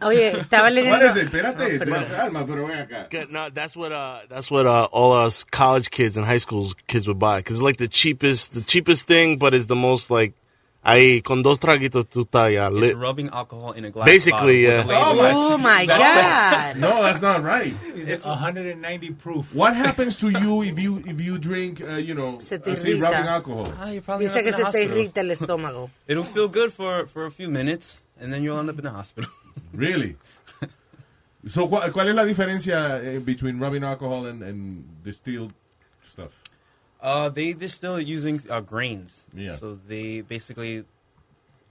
Speaker 4: Oye,
Speaker 5: (laughs)
Speaker 4: estaba
Speaker 3: What
Speaker 4: leyendo.
Speaker 3: is it? Espérate, espérate, calma, pero ven acá.
Speaker 6: Good, No, that's what uh, that's what uh, all us college kids and high school kids would buy because it's like the cheapest, the cheapest thing, but it's the most like, I con dos traguitos tú estás ya
Speaker 5: It's
Speaker 6: lit.
Speaker 5: rubbing alcohol in a glass.
Speaker 6: Basically,
Speaker 5: bottle with a
Speaker 6: yeah.
Speaker 5: label that's-
Speaker 4: Oh my God.
Speaker 3: No, that's not right.
Speaker 7: It's 190 proof.
Speaker 3: What happens to you if you if you drink, uh, you know,
Speaker 4: Se te
Speaker 3: así,
Speaker 4: irrita.
Speaker 3: rubbing alcohol?
Speaker 5: Ah, you're probably
Speaker 4: Dice
Speaker 5: gonna
Speaker 4: que
Speaker 5: end up
Speaker 4: se
Speaker 5: in the
Speaker 4: te
Speaker 5: hospital.
Speaker 4: irrita el
Speaker 5: (laughs)
Speaker 4: estómago.
Speaker 5: It'll feel good for for a few minutes, and then you'll end up in the hospital. (laughs)
Speaker 3: Really? So, ¿cuál, cuál es la diferencia eh, between rubbing alcohol and, and distilled stuff?
Speaker 5: Uh, they they're still using uh, grains.
Speaker 3: Yeah.
Speaker 5: So they basically,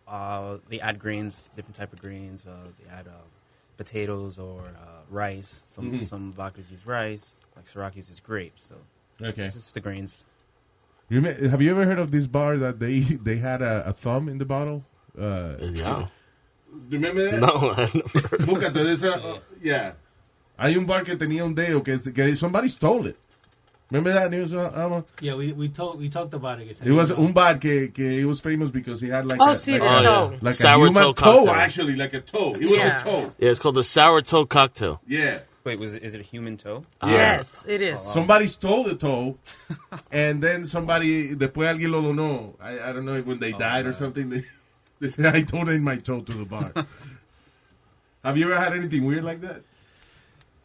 Speaker 5: uh, they add grains, different type of grains. Uh, they add uh, potatoes or uh, rice. Some
Speaker 3: Mm-hmm.
Speaker 5: some vodkas use rice, like Ciroc uses grapes. So
Speaker 3: Okay.
Speaker 5: it's just the grains.
Speaker 3: You may, have you ever heard of this bar that they they had a, a thumb in the bottle? Uh,
Speaker 6: Yeah.
Speaker 3: remember that?
Speaker 6: (laughs) No, I never-
Speaker 3: Búscate, there's
Speaker 6: (laughs)
Speaker 3: a- uh, yeah. Hay un bar que tenía un dedo que, que somebody stole it. Remember that news? uh, Alma?
Speaker 7: Yeah, we we told we talked about it.
Speaker 3: It was un bar que, que it was famous because he had like a,
Speaker 4: Oh, sí,
Speaker 3: like,
Speaker 4: the
Speaker 3: a-
Speaker 4: toe.
Speaker 3: (laughs) like a
Speaker 6: Sour
Speaker 3: human
Speaker 6: toe
Speaker 3: toe,
Speaker 6: cocktail.
Speaker 3: actually, like a toe. It was
Speaker 4: Yeah.
Speaker 3: a toe.
Speaker 6: yeah, it's called the sour toe cocktail.
Speaker 3: Yeah.
Speaker 5: Wait, was it, is it a human toe?
Speaker 4: Yes, it is.
Speaker 3: Somebody stole the toe, and then somebody después alguien lo donó. I, I don't know if when they died or something. They, (laughs) they said I donated my toe to the bar. Have you ever had anything weird like that?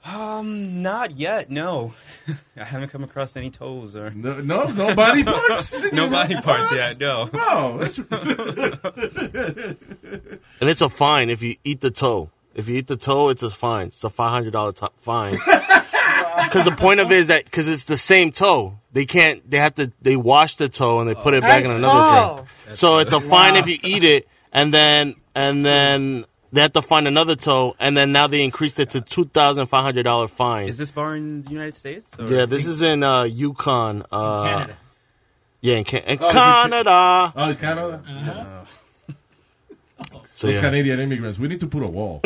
Speaker 5: Um, not yet. No, (laughs) I haven't come across any toes or
Speaker 3: No, no, no body parts.
Speaker 5: (laughs) no body parts yet. No.
Speaker 3: No, that's, Oh,
Speaker 6: And it's a fine if you eat the toe. If you eat the toe, it's a fine. It's a five hundred dollar fine. Because the point of it is that because it's the same toe, they can't. They have to. They wash the toe and they put it back in
Speaker 4: Ay,
Speaker 6: another
Speaker 4: oh.
Speaker 6: drink. So it's a fine if you eat it, and then and then they have to find another toe, and then now they increased it to two thousand five hundred dollar fine.
Speaker 5: Is this bar in the United States? or-
Speaker 6: yeah, this is in uh, Yukon. Uh,
Speaker 7: Canada.
Speaker 6: Yeah, in, Can- in
Speaker 3: is it-
Speaker 6: Canada.
Speaker 3: oh, it's Canada.
Speaker 7: Uh-huh.
Speaker 6: So
Speaker 3: Those
Speaker 6: yeah.
Speaker 3: Canadian immigrants. We need to put a wall.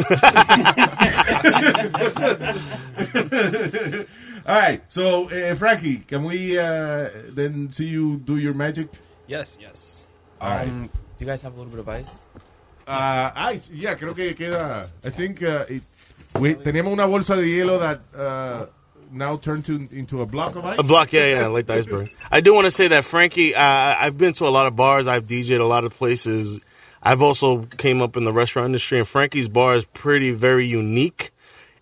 Speaker 3: (laughs) All right, so uh, Frankie, can we uh, then see you do your magic?
Speaker 5: Yes. Yes.
Speaker 3: right.
Speaker 5: Um, do you guys have a little bit of ice?
Speaker 3: Ah, ice, yeah, creo que queda. I think uh, it, we, tenemos una bolsa de hielo that uh, now turned to, into a block of ice.
Speaker 6: A block, yeah, yeah, like the iceberg. I do want to say that Frankie, uh, I've been to a lot of bars, I've DJed a lot of places. I've also came up in the restaurant industry, and Frankie's bar is pretty very unique.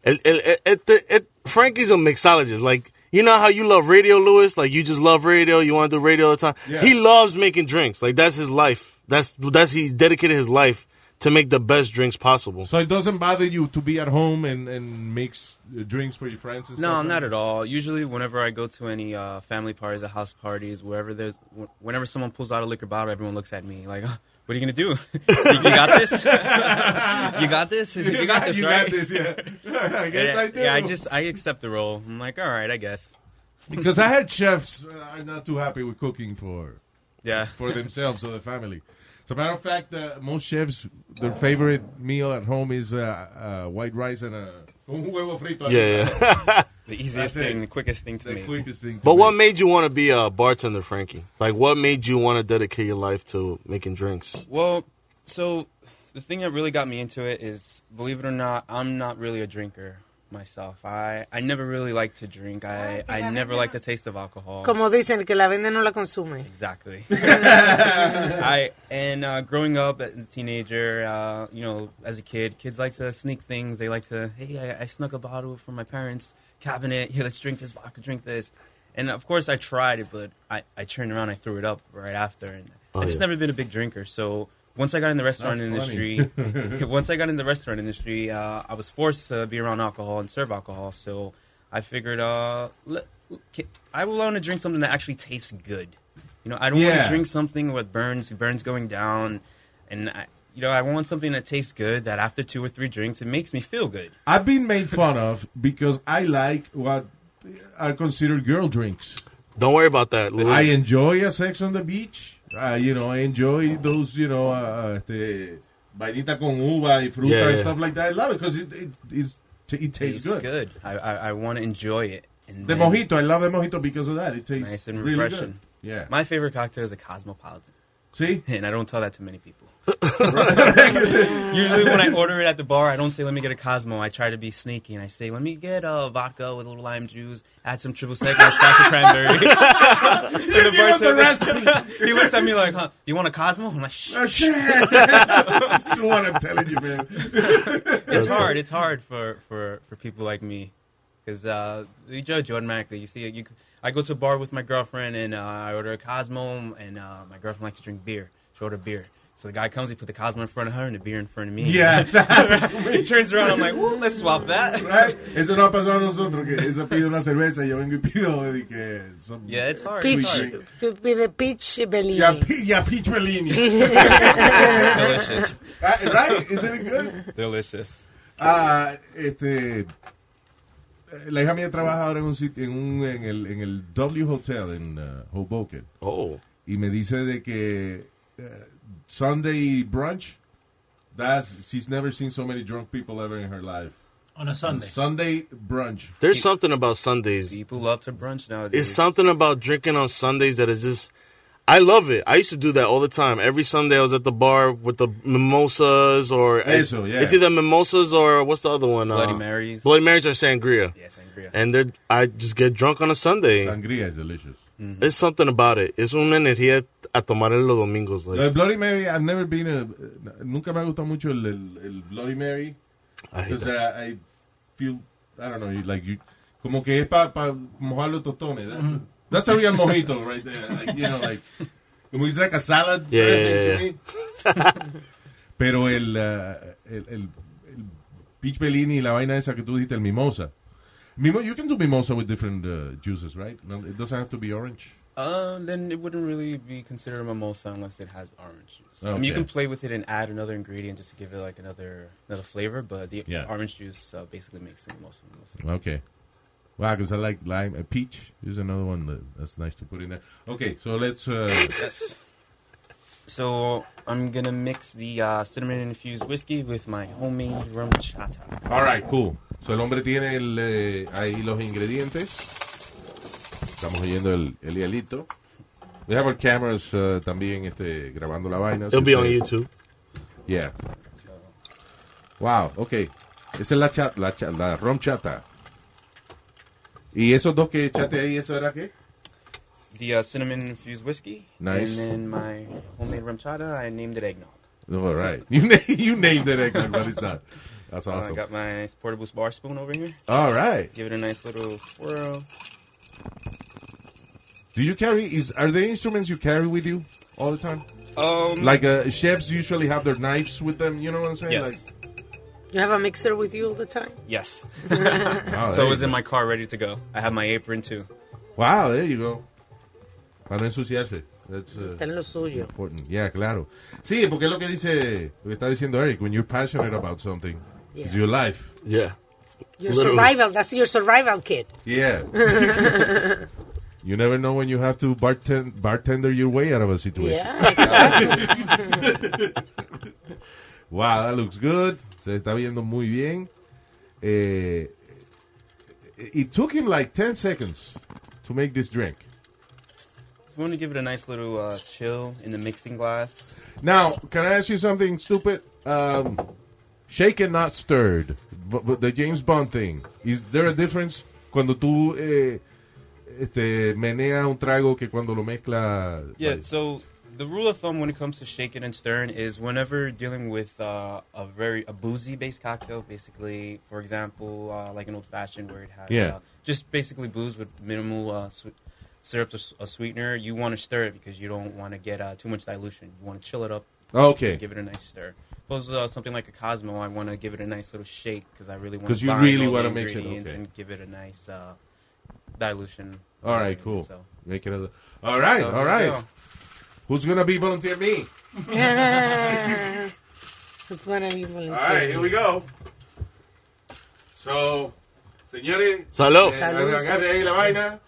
Speaker 6: It, it, it, it, it, Frankie's a mixologist. Like you know how you love radio, Lewis. Like you just love radio. You want to do radio all the time.
Speaker 3: Yeah.
Speaker 6: He loves making drinks. Like that's his life. That's that's he's dedicated his life to make the best drinks possible.
Speaker 3: So it doesn't bother you to be at home and, and mix uh, drinks for your friends and
Speaker 5: No,
Speaker 3: stuff?
Speaker 5: not at all. Usually, whenever I go to any uh, family parties or house parties, wherever there's, wh- whenever someone pulls out a liquor bottle, everyone looks at me like, "Huh, "What are you gonna do? (laughs) you, you got this? (laughs) you got
Speaker 3: (laughs)
Speaker 5: this? You got this,
Speaker 3: you got
Speaker 5: right?"
Speaker 3: this, yeah. (laughs) I guess
Speaker 5: yeah,
Speaker 3: I do.
Speaker 5: yeah, I just I accept the role. I'm like, all right, I guess.
Speaker 3: Because I had chefs uh, are not too happy with cooking for
Speaker 5: Yeah,
Speaker 3: for themselves or their family. As a matter of fact, uh, most chefs, their favorite meal at home is uh, uh, white rice and a un huevo frito.
Speaker 6: Yeah, yeah.
Speaker 5: the easiest
Speaker 3: That's it.
Speaker 5: thing, the quickest thing to
Speaker 3: The
Speaker 5: make.
Speaker 3: quickest thing. To
Speaker 6: But
Speaker 3: make.
Speaker 6: what made you want to be a bartender, Frankie? Like, what made you want to dedicate your life to making drinks?
Speaker 5: Well, so the thing that really got me into it is, believe it or not, I'm not really a drinker myself. I I never really like to drink. I I never like the taste of alcohol.
Speaker 4: Como dicen, el que la vende no la consume.
Speaker 5: Exactly. (laughs) I and uh, growing up as a teenager, uh, you know, as a kid, kids like to sneak things. (laughs) They like to, hey, I, I snuck a bottle from my parents' cabinet. Here, let's drink this vodka, drink this. And of course, I tried it, but I, I turned around, I threw it up right after, and
Speaker 6: Oh,
Speaker 5: I just
Speaker 6: yeah.
Speaker 5: never been a big drinker. So once I got in the restaurant
Speaker 3: That's
Speaker 5: industry, (laughs) once I got in the restaurant industry, uh, I was forced to be around alcohol and serve alcohol. So I figured, uh, let, ki- I will want to drink something that actually tastes good. You know, I don't want
Speaker 3: Yeah.
Speaker 5: to drink something with burns, burns going down, and I, you know, I want something that tastes good. That after two or three drinks, it makes me feel good.
Speaker 3: I've been made fun of because I like what are considered girl drinks.
Speaker 6: Don't worry about that. Lou.
Speaker 3: I enjoy a sex on the beach. Uh, you know, I enjoy those, you know, uh, este, vainita con uva y fruta
Speaker 6: Yeah,
Speaker 3: and
Speaker 6: yeah.
Speaker 3: stuff like that. I love it because it, it, it's, it tastes good.
Speaker 5: I, I, I want to enjoy it. And
Speaker 3: The
Speaker 5: then-
Speaker 3: mojito, I love the mojito because of that. It tastes
Speaker 5: Nice and
Speaker 3: really
Speaker 5: refreshing.
Speaker 3: Good. Yeah.
Speaker 5: My favorite cocktail is a cosmopolitan, (laughs)
Speaker 3: See?
Speaker 5: and I don't tell that to many people. (laughs) Usually, when I order it at the bar, I don't say, "Let me get a Cosmo." I try to be sneaky, and I say, "Let me get a vodka with a little lime juice, add some triple sec, and a splash of cranberry." and the bartender, (laughs) he looks at me like, "Huh? You want a Cosmo?" I'm like, Shh,
Speaker 3: Oh, shit. That's what I'm telling you, man.
Speaker 5: "It's hard. It's hard for for for people like me, because uh, you judge you automatically. You see, you." I go to a bar with my girlfriend and uh, I order a Cosmo, and uh, my girlfriend likes to drink beer. She ordered beer. So the guy comes, he put the Cosmo in front of her and the beer in front of me.
Speaker 3: Yeah. (laughs)
Speaker 5: (laughs) He turns around. I'm like, Ooh, let's swap that.
Speaker 3: Right? Eso no ha pasado a nosotros, que eso pide una cerveza y yo vengo y pido de que... some-
Speaker 5: Yeah, it's hard.
Speaker 3: Peach.
Speaker 5: It's
Speaker 6: (laughs)
Speaker 4: Peach,
Speaker 5: hard.
Speaker 4: could be the peach Bellini.
Speaker 3: Yeah, pe- yeah, peach Bellini.
Speaker 5: Delicious.
Speaker 3: right? right? Isn't it good?
Speaker 5: Delicious.
Speaker 3: Ah, este. eh, La hija mía trabaja ahora en un sitio, en, un, en, el, en el W Hotel en uh, Hoboken.
Speaker 6: oh,
Speaker 3: Y me dice de que eh, Sunday brunch, that's, she's never seen so many drunk people ever in her life.
Speaker 7: on a Sunday.
Speaker 3: Sunday brunch.
Speaker 6: there's something about Sundays.
Speaker 5: People love to brunch nowadays.
Speaker 6: It's something about drinking on Sundays that is just. I love it. I used to do that all the time. Every Sunday, I was at the bar with the mimosas or
Speaker 3: Eso,
Speaker 6: it's-
Speaker 3: yeah.
Speaker 6: It's either mimosas or what's the other one?
Speaker 5: Bloody Marys.
Speaker 6: uh, Bloody Marys or sangria.
Speaker 5: Yeah, sangria.
Speaker 6: And they're, I just get drunk on a Sunday.
Speaker 3: Sangria is delicious.
Speaker 6: It's something about it. It's una energía a tomar en los domingos. Like,
Speaker 3: The Bloody Mary, I've never been a. Nunca me ha gustado mucho el, el, el Bloody Mary.
Speaker 6: I hate
Speaker 3: Because
Speaker 6: that.
Speaker 3: I, I feel, I don't know, you- like you, como que es para pa mojar los tostones. That- That's a real mojito right there. Like, you know, like, como dice, like a salad
Speaker 6: Yeah,
Speaker 3: dressing
Speaker 6: yeah,
Speaker 3: to
Speaker 6: yeah.
Speaker 3: me. (laughs) Pero el, uh, el, el, el peach bellini y la vaina esa que tú dijiste, el mimosa. Mimo, you can do mimosa with different uh, juices, right? No, it doesn't have to be orange.
Speaker 5: Uh, then it wouldn't really be considered a mimosa unless it has orange juice. I mean,
Speaker 3: Okay.
Speaker 5: you can play with it and add another ingredient just to give it like another another flavor, but the
Speaker 3: Yeah.
Speaker 5: orange juice uh, basically makes it a mimosa. mimosa.
Speaker 3: Okay. Wow, because I like lime. Uh, peach is another one that, that's nice to put in there. Okay, so let's. Uh,
Speaker 5: Yes. So I'm gonna mix the uh, cinnamon infused whiskey with my homemade rum chata.
Speaker 3: All right, cool. So el hombre tiene el, eh, ahí los ingredientes. Estamos oyendo el, el hielito. We have our cameras uh, también este, grabando la vaina.
Speaker 6: It'll be on
Speaker 3: Este,
Speaker 6: YouTube.
Speaker 3: Yeah. Wow, ok. Esa es la, chat, la, cha- la rom chata. ¿Y esos dos que echaste ahí, eso era qué?
Speaker 5: The uh, cinnamon infused whiskey.
Speaker 3: Nice.
Speaker 5: And then my homemade rum chata. I named it eggnog.
Speaker 6: Oh.
Speaker 3: All right. You, (laughs) na- you named it, Eggman, but it's not.
Speaker 6: Oh,
Speaker 3: That's
Speaker 5: Uh, I
Speaker 3: awesome.
Speaker 5: got my nice portable bar spoon over here.
Speaker 3: All right.
Speaker 5: Give it a nice little swirl.
Speaker 3: Do you carry, is, are there instruments you carry with you all the time?
Speaker 5: Um,
Speaker 3: Like uh, chefs usually have their knives with them, you know what I'm saying?
Speaker 5: yes,
Speaker 4: (laughs) You have a mixer with you all the time?
Speaker 5: yes. (laughs)
Speaker 3: Like, wow,
Speaker 5: It's
Speaker 3: there
Speaker 5: always
Speaker 3: you
Speaker 5: in
Speaker 3: go.
Speaker 5: my car, ready to go. I have my apron too.
Speaker 3: Wow, there you go. Para no ensuciarse. That's uh,
Speaker 4: Ten lo suyo.
Speaker 3: important. Yeah, claro. Sí, porque es lo que dice, lo que está diciendo Eric, when you're passionate about something, it's
Speaker 4: Yeah.
Speaker 3: your life.
Speaker 6: Yeah.
Speaker 4: Your
Speaker 6: Literally.
Speaker 4: survival, that's your survival kit. (laughs)
Speaker 3: Yeah. you never know when you have to bartend, bartender your way out of a situation.
Speaker 4: (laughs) Yeah, exactly.
Speaker 3: Wow, that looks good. Se está viendo muy bien. Eh, it took him like 10 seconds to make this drink.
Speaker 5: So we want to give it a nice little uh, chill in the mixing glass.
Speaker 3: Now, can I ask you something stupid? Um, shaken, not stirred. But, but the James Bond thing. Is there a difference cuando tú eh, este, menea un trago que cuando lo mezcla?
Speaker 5: Yeah.
Speaker 3: like-
Speaker 5: So the rule of thumb when it comes to shaken and stirring is whenever you're dealing with uh, a very a boozy based cocktail, basically, for example, uh, like an old fashioned where it has
Speaker 3: Yeah.
Speaker 5: uh, just basically booze with minimal uh, swe- syrup or s- a sweetener, you want to stir it because you don't want to get uh, too much dilution. You want to chill it up,
Speaker 3: Okay.
Speaker 5: give it a nice stir. Suppose uh, something like a Cosmo, I want to give it a nice little shake because I really want
Speaker 3: 'Cause
Speaker 5: to
Speaker 3: you
Speaker 5: bind
Speaker 3: really
Speaker 5: all the
Speaker 3: wanna mix it,
Speaker 5: ingredients
Speaker 3: okay.
Speaker 5: and give it a nice uh, dilution.
Speaker 3: All right, cool.
Speaker 5: So-
Speaker 3: Make it a, all right,
Speaker 5: so
Speaker 3: all
Speaker 5: there
Speaker 3: right.
Speaker 5: you go.
Speaker 3: Who's going to be volunteer me?
Speaker 4: It's gonna be
Speaker 3: All right, here we go. So, señores,
Speaker 6: Salud.
Speaker 3: eh,
Speaker 4: Salud.
Speaker 3: agarre ahí la vaina.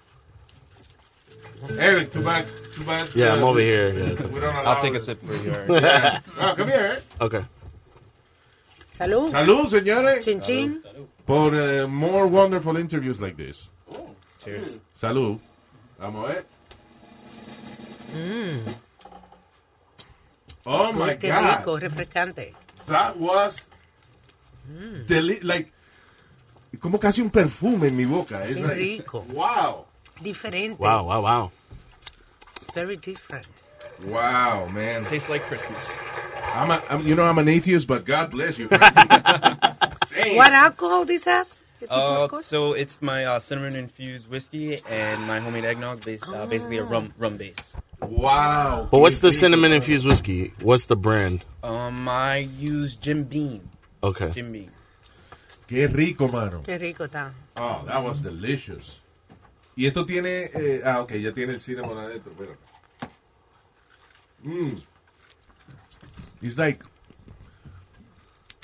Speaker 3: Eric, too bad, too bad.
Speaker 6: Yeah, I'm
Speaker 3: uh,
Speaker 6: over here. Yeah, it's
Speaker 3: we
Speaker 6: okay.
Speaker 3: don't allow
Speaker 5: I'll take a
Speaker 3: it.
Speaker 5: sip for you. Eric.
Speaker 3: Yeah. No, come here, eh.
Speaker 6: okay.
Speaker 4: Salud.
Speaker 3: Salud, señores,
Speaker 4: Chin chin.
Speaker 3: por uh, more wonderful interviews like this.
Speaker 5: Oh, Cheers.
Speaker 3: Salud. Vamos a ver. Oh my
Speaker 4: Qué
Speaker 3: God.
Speaker 4: rico, refrescante.
Speaker 3: That was deli- like como casi un perfume en mi boca. It's
Speaker 4: Qué
Speaker 3: like,
Speaker 4: rico.
Speaker 3: Wow.
Speaker 4: Diferente.
Speaker 6: Wow, wow, wow.
Speaker 4: It's very different.
Speaker 3: Wow, man.
Speaker 5: Tastes like Christmas.
Speaker 3: I'm, a, I'm you know I'm an atheist, but God bless you. Frankie.
Speaker 4: What alcohol this has? ¿Qué tipo de
Speaker 5: Uh,
Speaker 4: alcohol?
Speaker 5: so it's my uh, cinnamon infused whiskey and my homemade eggnog, based, uh, basically a rum rum base.
Speaker 3: Damn. Wow.
Speaker 6: But what's the cinnamon infused whiskey? What's the brand?
Speaker 5: Um, I use Jim Beam.
Speaker 6: Okay.
Speaker 5: Jim Beam.
Speaker 3: Qué rico, mano.
Speaker 4: Qué rico está.
Speaker 3: Oh, that was delicious. Y esto tiene eh, ah, okay, ya tiene el cinnamon adentro, pero. Mm. It's like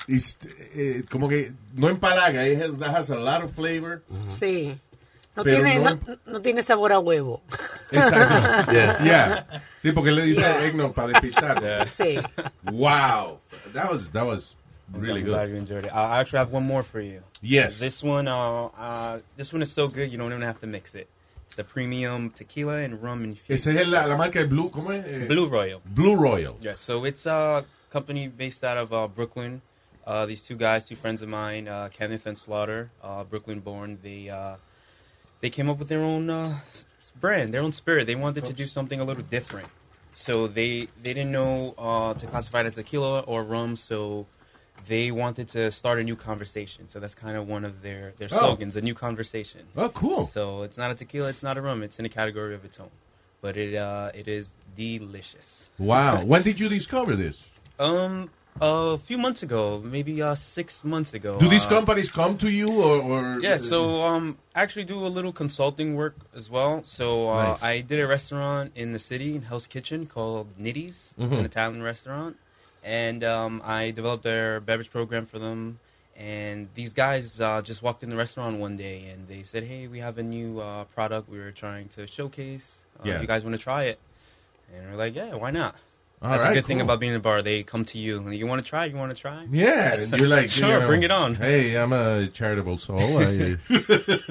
Speaker 3: it's, eh, como que no empalaga, it has, that has a lot of flavor.
Speaker 4: Sí. No
Speaker 3: Pero
Speaker 4: tiene,
Speaker 3: no-
Speaker 4: no, no tiene sabor a huevo.
Speaker 5: (laughs)
Speaker 3: Exacto.
Speaker 6: (laughs) Yeah.
Speaker 3: Yeah. Sí, porque él le dice eggnog para despistar. (laughs)
Speaker 4: Sí.
Speaker 3: Wow. That was that was really
Speaker 5: I'm glad
Speaker 3: good.
Speaker 5: you enjoyed it. I I actually have one more for you.
Speaker 3: Yes.
Speaker 5: This one, uh, uh, this one is so good you don't even have to mix it. It's the premium tequila and rum infused.
Speaker 3: Esa es la, la marca de Blue, ¿cómo es? Eh,
Speaker 5: Blue Royal.
Speaker 3: Blue Royal.
Speaker 5: Yeah, so it's a company based out of uh, Brooklyn. Uh, these two guys, two friends of mine, uh, Kenneth and Slaughter, uh, Brooklyn born. They uh, they came up with their own uh, s- brand, their own spirit. They wanted to do something a little different. So they they didn't know uh, to classify it as tequila or rum. So they wanted to start a new conversation. So that's kind of one of their their
Speaker 3: Oh.
Speaker 5: slogans: a new conversation.
Speaker 3: Oh, cool.
Speaker 5: So it's not a tequila, it's not a rum. It's in a category of its own, but it uh, it is delicious.
Speaker 3: Wow. When did you discover this?
Speaker 5: Um, a few months ago, maybe uh, six months ago.
Speaker 3: Do these
Speaker 5: uh,
Speaker 3: companies come to you or, or
Speaker 5: Yeah, so um, I actually do a little consulting work as well. So uh,
Speaker 3: Nice.
Speaker 5: I did a restaurant in the city in Hell's Kitchen called Nitty's.
Speaker 3: Mm-hmm.
Speaker 5: It's an Italian restaurant, and um, I developed their beverage program for them. And these guys uh, just walked in the restaurant one day, and they said, "Hey, we have a new uh, product we were trying to showcase. Uh,
Speaker 3: Yeah.
Speaker 5: If you guys want to try it?" And we're like, "Yeah, why not?"
Speaker 3: All
Speaker 5: That's
Speaker 3: right,
Speaker 5: a good thing
Speaker 3: cool.
Speaker 5: about being in a bar. They come to you. You want to try? You want to try? (laughs)
Speaker 3: Yeah, and you're like
Speaker 5: Sure,
Speaker 3: you know,
Speaker 5: bring it
Speaker 3: (laughs)
Speaker 5: on.
Speaker 3: Hey, I'm a charitable soul.
Speaker 5: (laughs)
Speaker 3: I,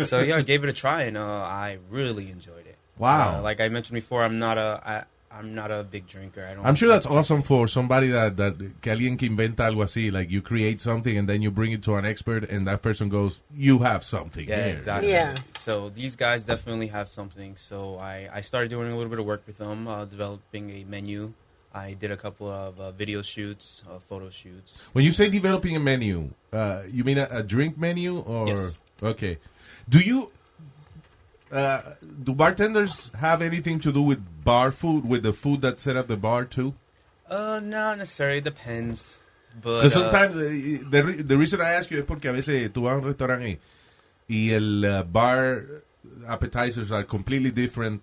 Speaker 5: so yeah, I gave it a try, and uh, I really enjoyed it.
Speaker 3: Wow.
Speaker 5: Uh, like I mentioned before, I'm not a I, I'm not a big drinker. I don't.
Speaker 3: I'm sure that's awesome for somebody that that que alguien que inventa algo así. Like you create something and then you bring it to an expert, and that person goes, "You have something."
Speaker 5: Yeah,
Speaker 3: here."
Speaker 5: exactly.
Speaker 4: Yeah.
Speaker 5: So these guys definitely have something. So I, I started doing a little bit of work with them, uh, developing a menu. I did a couple of uh, video shoots, uh, photo shoots.
Speaker 3: When you say developing a menu, uh, you mean a, a drink menu or
Speaker 5: Yes.
Speaker 3: okay? Do you uh, do bartenders have anything to do with bar food, with the food that's set at the bar too?
Speaker 5: Uh, not necessarily. It depends. But uh,
Speaker 3: Because sometimes uh, the re- the reason I ask you is porque a veces tú vas a un restaurante y el uh, bar appetizers are completely different
Speaker 5: uh,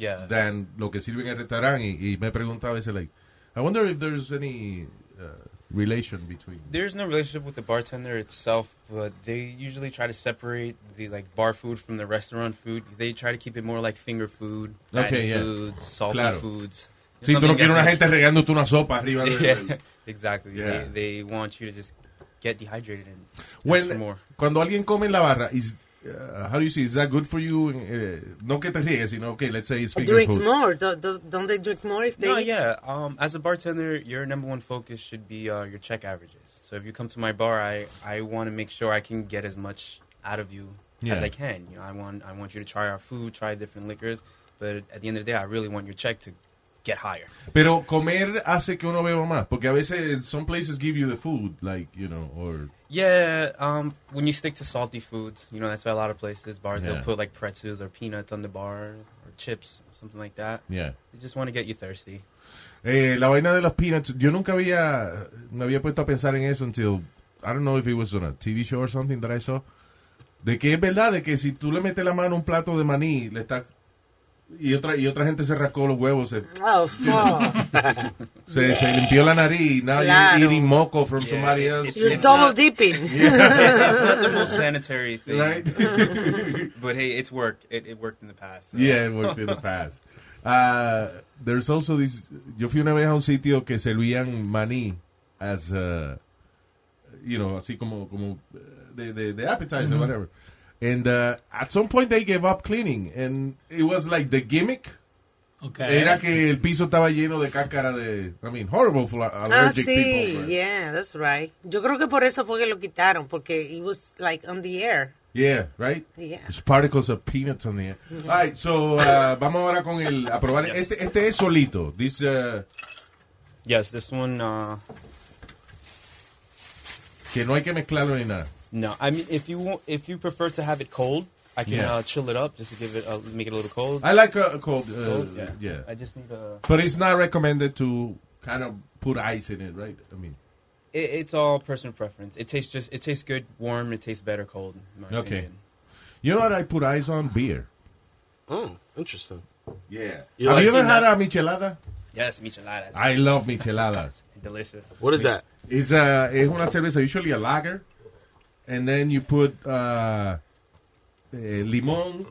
Speaker 5: yeah,
Speaker 3: than lo que sirven en el restaurante y, y me pregunta a veces like, I wonder if there's any uh, relation between.
Speaker 5: there's no relationship with the bartender itself, but they usually try to separate the like bar food from the restaurant food. They try to keep it more like finger food, fatty
Speaker 3: Okay, yeah.
Speaker 5: foods, salty
Speaker 3: Claro.
Speaker 5: foods.
Speaker 3: Sí, tú no
Speaker 5: Something
Speaker 3: quieres una
Speaker 5: that's
Speaker 3: gente regándote una sopa arriba de- (laughs)
Speaker 5: (laughs) yeah, exactly.
Speaker 3: Yeah.
Speaker 5: They, they want you to just get dehydrated and ask for
Speaker 3: When,
Speaker 5: more.
Speaker 3: cuando alguien come en la barra, is, uh, how do you say, is that good for you? Eh, no que te riegues, sino, okay, let's say it's finger
Speaker 4: Drinks
Speaker 3: food.
Speaker 4: more. Do, do, don't they drink more if they
Speaker 5: No,
Speaker 4: eat?
Speaker 5: yeah. Um, as a bartender, your number one focus should be uh, your check averages. So if you come to my bar, I, I want to make sure I can get as much out of you as
Speaker 3: Yeah.
Speaker 5: I can. You know, I want I want you to try our food, try different liquors, but at the end of the day, I really want your check to get higher.
Speaker 3: Pero comer hace que uno beba más, porque a veces some places give you the food, like you know, or
Speaker 5: Yeah, um, when you stick to salty foods, you know that's why a lot of places bars
Speaker 3: Yeah.
Speaker 5: they'll put like pretzels or peanuts on the bar or chips or something like that.
Speaker 3: yeah.
Speaker 5: They just want to get you thirsty.
Speaker 3: Eh, la vaina de los peanuts, yo nunca había me había puesto a pensar en eso until I don't know if it was on a TV show or something that I saw. De que es verdad de que si tú le metes la mano a un plato de maní, le está y otra y otra gente se rascó los huevos, se,
Speaker 4: Oh, fuck.
Speaker 3: se, se limpió la nariz, now
Speaker 4: Claro.
Speaker 3: you're eating moco from
Speaker 5: Yeah,
Speaker 3: somebody else.
Speaker 5: it's-
Speaker 4: You're
Speaker 5: It's
Speaker 4: double
Speaker 5: not-
Speaker 4: dipping.
Speaker 5: it's not the most sanitary thing,
Speaker 3: Right?
Speaker 5: (laughs) but hey, it's worked. It, it worked in the past. so-
Speaker 3: Yeah, it worked in the past. Uh, there's also this. Yo fui una vez a un sitio que servían maní as, uh, you know, así como como uh, de de, de appetizer, whatever. And uh, at some point they gave up cleaning, and it was like the gimmick.
Speaker 4: Eh.
Speaker 7: Okay.
Speaker 3: Era que el piso estaba lleno de cáscara de, I mean, horrible for
Speaker 4: Ah,
Speaker 3: allergic
Speaker 4: sí,
Speaker 3: people. but-
Speaker 4: yeah, that's right. Yo creo que por eso fue que lo quitaron, porque it was like on the air.
Speaker 3: Yeah, right?
Speaker 4: Yeah.
Speaker 3: There's particles of peanuts on the air. All right, so uh, vamos ahora con el a probar.
Speaker 5: Yes.
Speaker 3: Este, este es solito. This, uh,
Speaker 5: Yes, this one. Uh,
Speaker 3: que no hay que mezclarlo ni nada.
Speaker 5: no, I mean if you want, if you prefer to have it cold, I can
Speaker 3: Yeah.
Speaker 5: uh, chill it up just to give it uh, make it a little cold.
Speaker 3: I like a cold, uh,
Speaker 5: Cold?
Speaker 3: yeah.
Speaker 5: I just need a.
Speaker 3: But it's not recommended to kind of put ice in it, right? I mean,
Speaker 5: It, it's all personal preference. It tastes just. It tastes good warm. It tastes better cold. in my
Speaker 3: Okay.
Speaker 5: opinion.
Speaker 3: you know what? I put ice on beer.
Speaker 6: Oh, interesting.
Speaker 3: Yeah.
Speaker 6: You
Speaker 3: Have
Speaker 6: like
Speaker 3: you ever
Speaker 6: seen
Speaker 3: had
Speaker 6: that?
Speaker 3: a michelada?
Speaker 5: Yes, micheladas.
Speaker 3: I love micheladas.
Speaker 5: Delicious.
Speaker 6: What is that?
Speaker 3: It's a, es una cerveza, usually a lager, and then you put uh, eh, limón,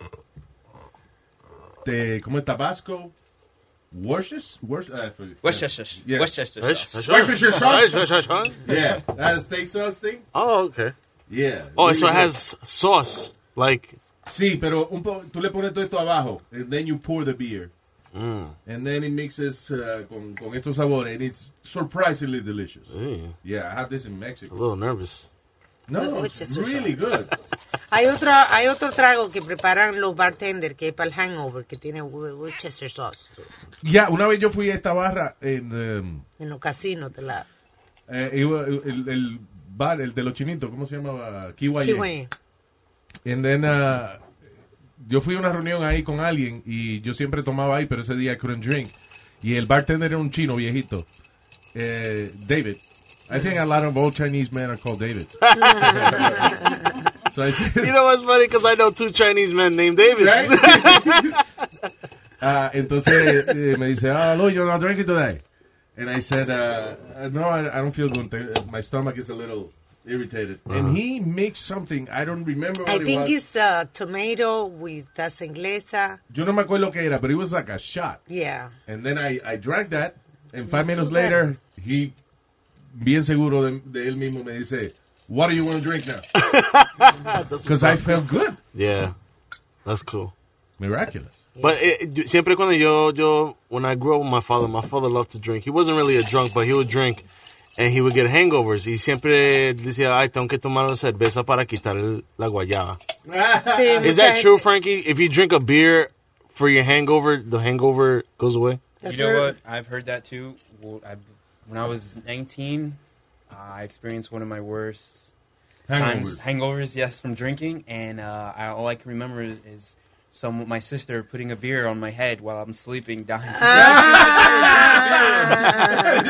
Speaker 3: te, como es Tabasco, uh, Worcestershire, Worcestershire,
Speaker 5: Worcestershire.
Speaker 3: Yeah.
Speaker 5: Worcestershire. sauce.
Speaker 3: Worcestershire sauce.
Speaker 6: sauce.
Speaker 3: Yeah, that steak sauce thing.
Speaker 6: Oh, okay.
Speaker 3: Yeah.
Speaker 6: Oh, so it
Speaker 3: Really good.
Speaker 6: has sauce. Like,
Speaker 3: Sí, pero un po tú le pones todo esto abajo, and then you pour the beer,
Speaker 6: hmm,
Speaker 3: and then it mixes uh, con, con estos sabores, and it's surprisingly delicious.
Speaker 6: eh,
Speaker 3: Yeah, I had this in
Speaker 6: a
Speaker 3: Mexico.
Speaker 6: little nervous.
Speaker 3: No,
Speaker 4: Which
Speaker 3: it's
Speaker 4: is
Speaker 3: really good.
Speaker 4: Hay otro, hay otro trago que preparan los bartenders que es para el hangover, que tiene Wo- Worcester sauce.
Speaker 3: Ya, una vez yo fui a esta barra en um,
Speaker 4: En los casinos te la...
Speaker 3: eh, iba- el, el bar, el de los chinitos, ¿cómo se llamaba?
Speaker 4: Qué
Speaker 3: Kiwaye.
Speaker 4: bueno.
Speaker 3: And then, uh, yo fui a una reunión ahí con alguien y yo siempre tomaba ahí, pero ese día I couldn't drink. Y el bartender era un chino viejito, eh, David. I think a lot of old Chinese men are called David. (laughs) so I
Speaker 6: (laughs)
Speaker 3: said,
Speaker 6: You know what's funny? Because I know two Chinese men named David.
Speaker 3: (laughs) Right? (laughs) Ah, entonces eh, me dice, ah, Lou, you're not drinking today. And I said, uh, uh, no, I, I don't feel good. Th- My stomach is a little irritated. And he mixed something. I don't remember what
Speaker 4: I
Speaker 3: it
Speaker 4: think
Speaker 3: was.
Speaker 4: it's uh, tomato with taza inglesa.
Speaker 3: Yo no me acuerdo qué era, but it was like a shot.
Speaker 4: Yeah.
Speaker 3: And then I, I drank that. And five
Speaker 4: Not
Speaker 3: minutes
Speaker 4: too bad.
Speaker 3: later, he, bien seguro de, de él mismo, me dice, what do you want to drink now? Because I felt good.
Speaker 6: (laughs) Yeah, that's cool.
Speaker 3: Miraculous.
Speaker 6: But it, it- siempre cuando yo yo when I grew up with my father, my father loved to drink. He wasn't really a drunk, but he would drink, and he would get hangovers. He siempre decía, ay, tengo que tomar una cerveza para quitar el- la guayaba.
Speaker 4: Sí, mucha
Speaker 6: Is that
Speaker 4: gente-
Speaker 6: true, Frankie? If you drink a beer for your hangover, the hangover goes away.
Speaker 4: That's
Speaker 5: you know
Speaker 4: very-
Speaker 5: what? I've heard that too. Well, I, when I was 19, uh, I experienced one of my worst times
Speaker 3: Hangover.
Speaker 5: hangovers. Yes, from drinking, and uh, I, all I can remember is, is some my sister putting a beer on my head while I'm sleeping, dying.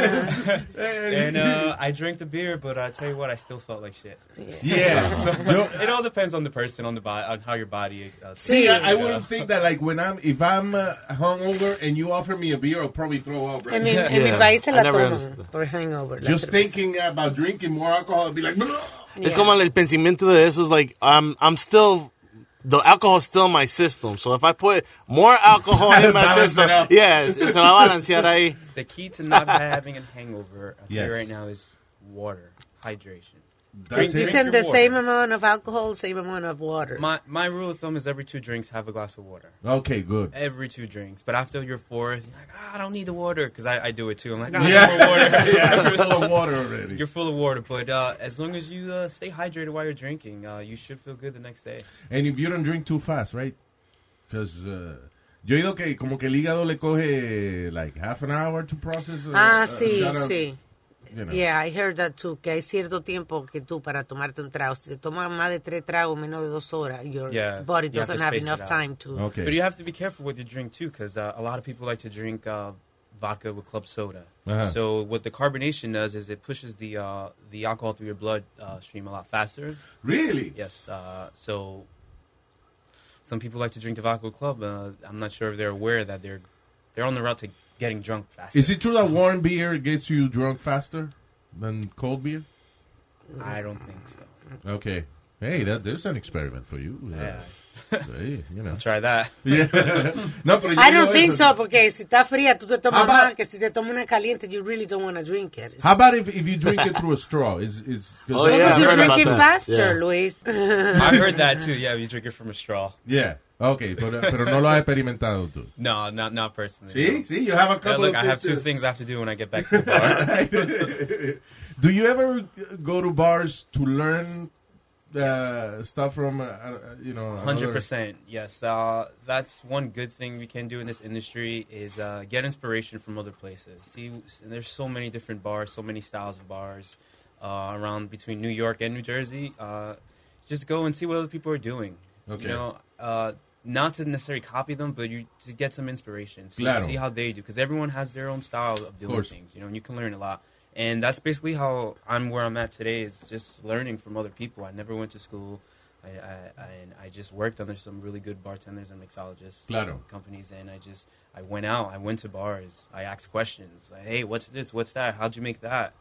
Speaker 5: and uh, I drank the beer, but I tell you what, I still felt like shit.
Speaker 3: Yeah. Yo-
Speaker 5: It all depends on the person, on the body, on how your body. Uh,
Speaker 3: See, I, I
Speaker 5: Yeah.
Speaker 3: wouldn't think that like when I'm if I'm uh, hungover and you offer me a beer, I'll probably throw up. Right?
Speaker 4: En mi, en mi
Speaker 6: Yeah.
Speaker 4: país se
Speaker 6: I
Speaker 4: la
Speaker 6: never
Speaker 4: toman
Speaker 6: understood.
Speaker 4: por hangover.
Speaker 3: (laughs)
Speaker 4: la
Speaker 3: Just
Speaker 4: cerveza.
Speaker 3: thinking about drinking more alcohol, I'd be like, "Bleh."
Speaker 6: It's como el pensamiento de eso is like I'm I'm still. The alcohol's still in my system, so if I put more alcohol in my
Speaker 3: (laughs) Balance it
Speaker 6: system,
Speaker 3: out.
Speaker 6: yes, se va a balancear ahí.
Speaker 5: The key to not having a hangover, I tell
Speaker 3: Yes.
Speaker 5: you right now, is water, hydration.
Speaker 3: that's
Speaker 5: Drink
Speaker 3: it.
Speaker 5: it.
Speaker 4: Dicen the
Speaker 5: your
Speaker 4: same
Speaker 5: water.
Speaker 4: amount of alcohol, same amount of water.
Speaker 5: My my rule of thumb is every two drinks, have a glass of water.
Speaker 3: Okay, good.
Speaker 5: Every two drinks, but after your fourth, you're like, ah, I don't need the water because I, I do it too. I'm like, ah,
Speaker 3: Yeah. (laughs)
Speaker 5: no more water. (laughs)
Speaker 3: I'm full of water already.
Speaker 5: You're full of water, but uh, as long as you uh, stay hydrated while you're drinking, uh, you should feel good the next day.
Speaker 3: And if you don't drink too fast, right? Because uh, Yo he oído que como que el hígado le coge like half an hour to process. uh, a-
Speaker 4: Ah,
Speaker 3: a
Speaker 4: sí,
Speaker 3: shot of-
Speaker 4: sí.
Speaker 3: you know.
Speaker 4: Yeah, I heard that too, que hay cierto tiempo que tú para tomarte un trago, si te tomas más de tres tragos, menos de dos horas, your
Speaker 5: Yeah,
Speaker 4: body
Speaker 5: you have to
Speaker 4: doesn't have
Speaker 5: space it
Speaker 4: enough
Speaker 5: out.
Speaker 4: time to...
Speaker 3: Okay.
Speaker 5: But you have to be careful with your drink too, because uh, a lot of people like to drink uh, vodka with club soda.
Speaker 3: Uh-huh.
Speaker 5: So what the carbonation does is it pushes the uh, the alcohol through your blood uh, stream a lot faster.
Speaker 3: Really?
Speaker 5: Yes. Uh, so some people like to drink the vodka with club. Uh, I'm not sure if they're aware that they're they're on the route to getting drunk faster.
Speaker 3: Is it true that warm beer gets you drunk faster than cold beer?
Speaker 5: I don't think so.
Speaker 3: Okay. Hey, that there's an experiment for you. Uh,
Speaker 5: Yeah.
Speaker 3: (laughs) hey, you know. (laughs)
Speaker 5: Try that. (laughs)
Speaker 3: Yeah. no, pero yo
Speaker 4: I don't
Speaker 3: digo
Speaker 4: think
Speaker 3: eso.
Speaker 4: so, porque si está fría, tú te
Speaker 3: How
Speaker 4: tomas
Speaker 3: about-
Speaker 4: más que si te tomas una caliente, you really don't want to drink it.
Speaker 3: How about if, if you drink it through a straw? Is is
Speaker 6: Oh, yeah,
Speaker 3: I-
Speaker 4: Because
Speaker 6: I've
Speaker 4: you're
Speaker 6: heard about
Speaker 4: drinking
Speaker 6: that.
Speaker 4: faster,
Speaker 6: Yeah.
Speaker 4: Luis. (clears throat)
Speaker 5: I heard that too. Yeah, you drink it from a straw.
Speaker 3: yeah. Okay, pero, pero no lo has experimentado tú.
Speaker 5: No, not not personally.
Speaker 3: See, see, you have a
Speaker 5: Yeah,
Speaker 3: couple.
Speaker 5: look,
Speaker 3: of
Speaker 5: I have two
Speaker 3: things. to-
Speaker 5: things I have to do when I get back to
Speaker 3: (laughs)
Speaker 5: the bar.
Speaker 3: Do you ever go to bars to learn uh, stuff from uh, uh, you know? another-
Speaker 5: Hundred percent. Yes, uh, that's one good thing we can do in this industry is uh, get inspiration from other places. See, and there's so many different bars, so many styles of bars uh, around between New York and New Jersey. Uh, just go and see what other people are doing.
Speaker 3: Okay.
Speaker 5: You know, uh, not to necessarily copy them, but you to get some inspiration. See,
Speaker 3: Claro.
Speaker 5: see how they do because everyone has their own style of doing
Speaker 3: course.
Speaker 5: things. You know, and you can learn a lot. And that's basically how I'm where I'm at today is just learning from other people. I never went to school. I, I, I, and I just worked under some really good bartenders and mixologists
Speaker 3: Claro.
Speaker 5: companies, and I just I went out, I went to bars, I asked questions, like, hey, what's this, what's that, how'd you make that,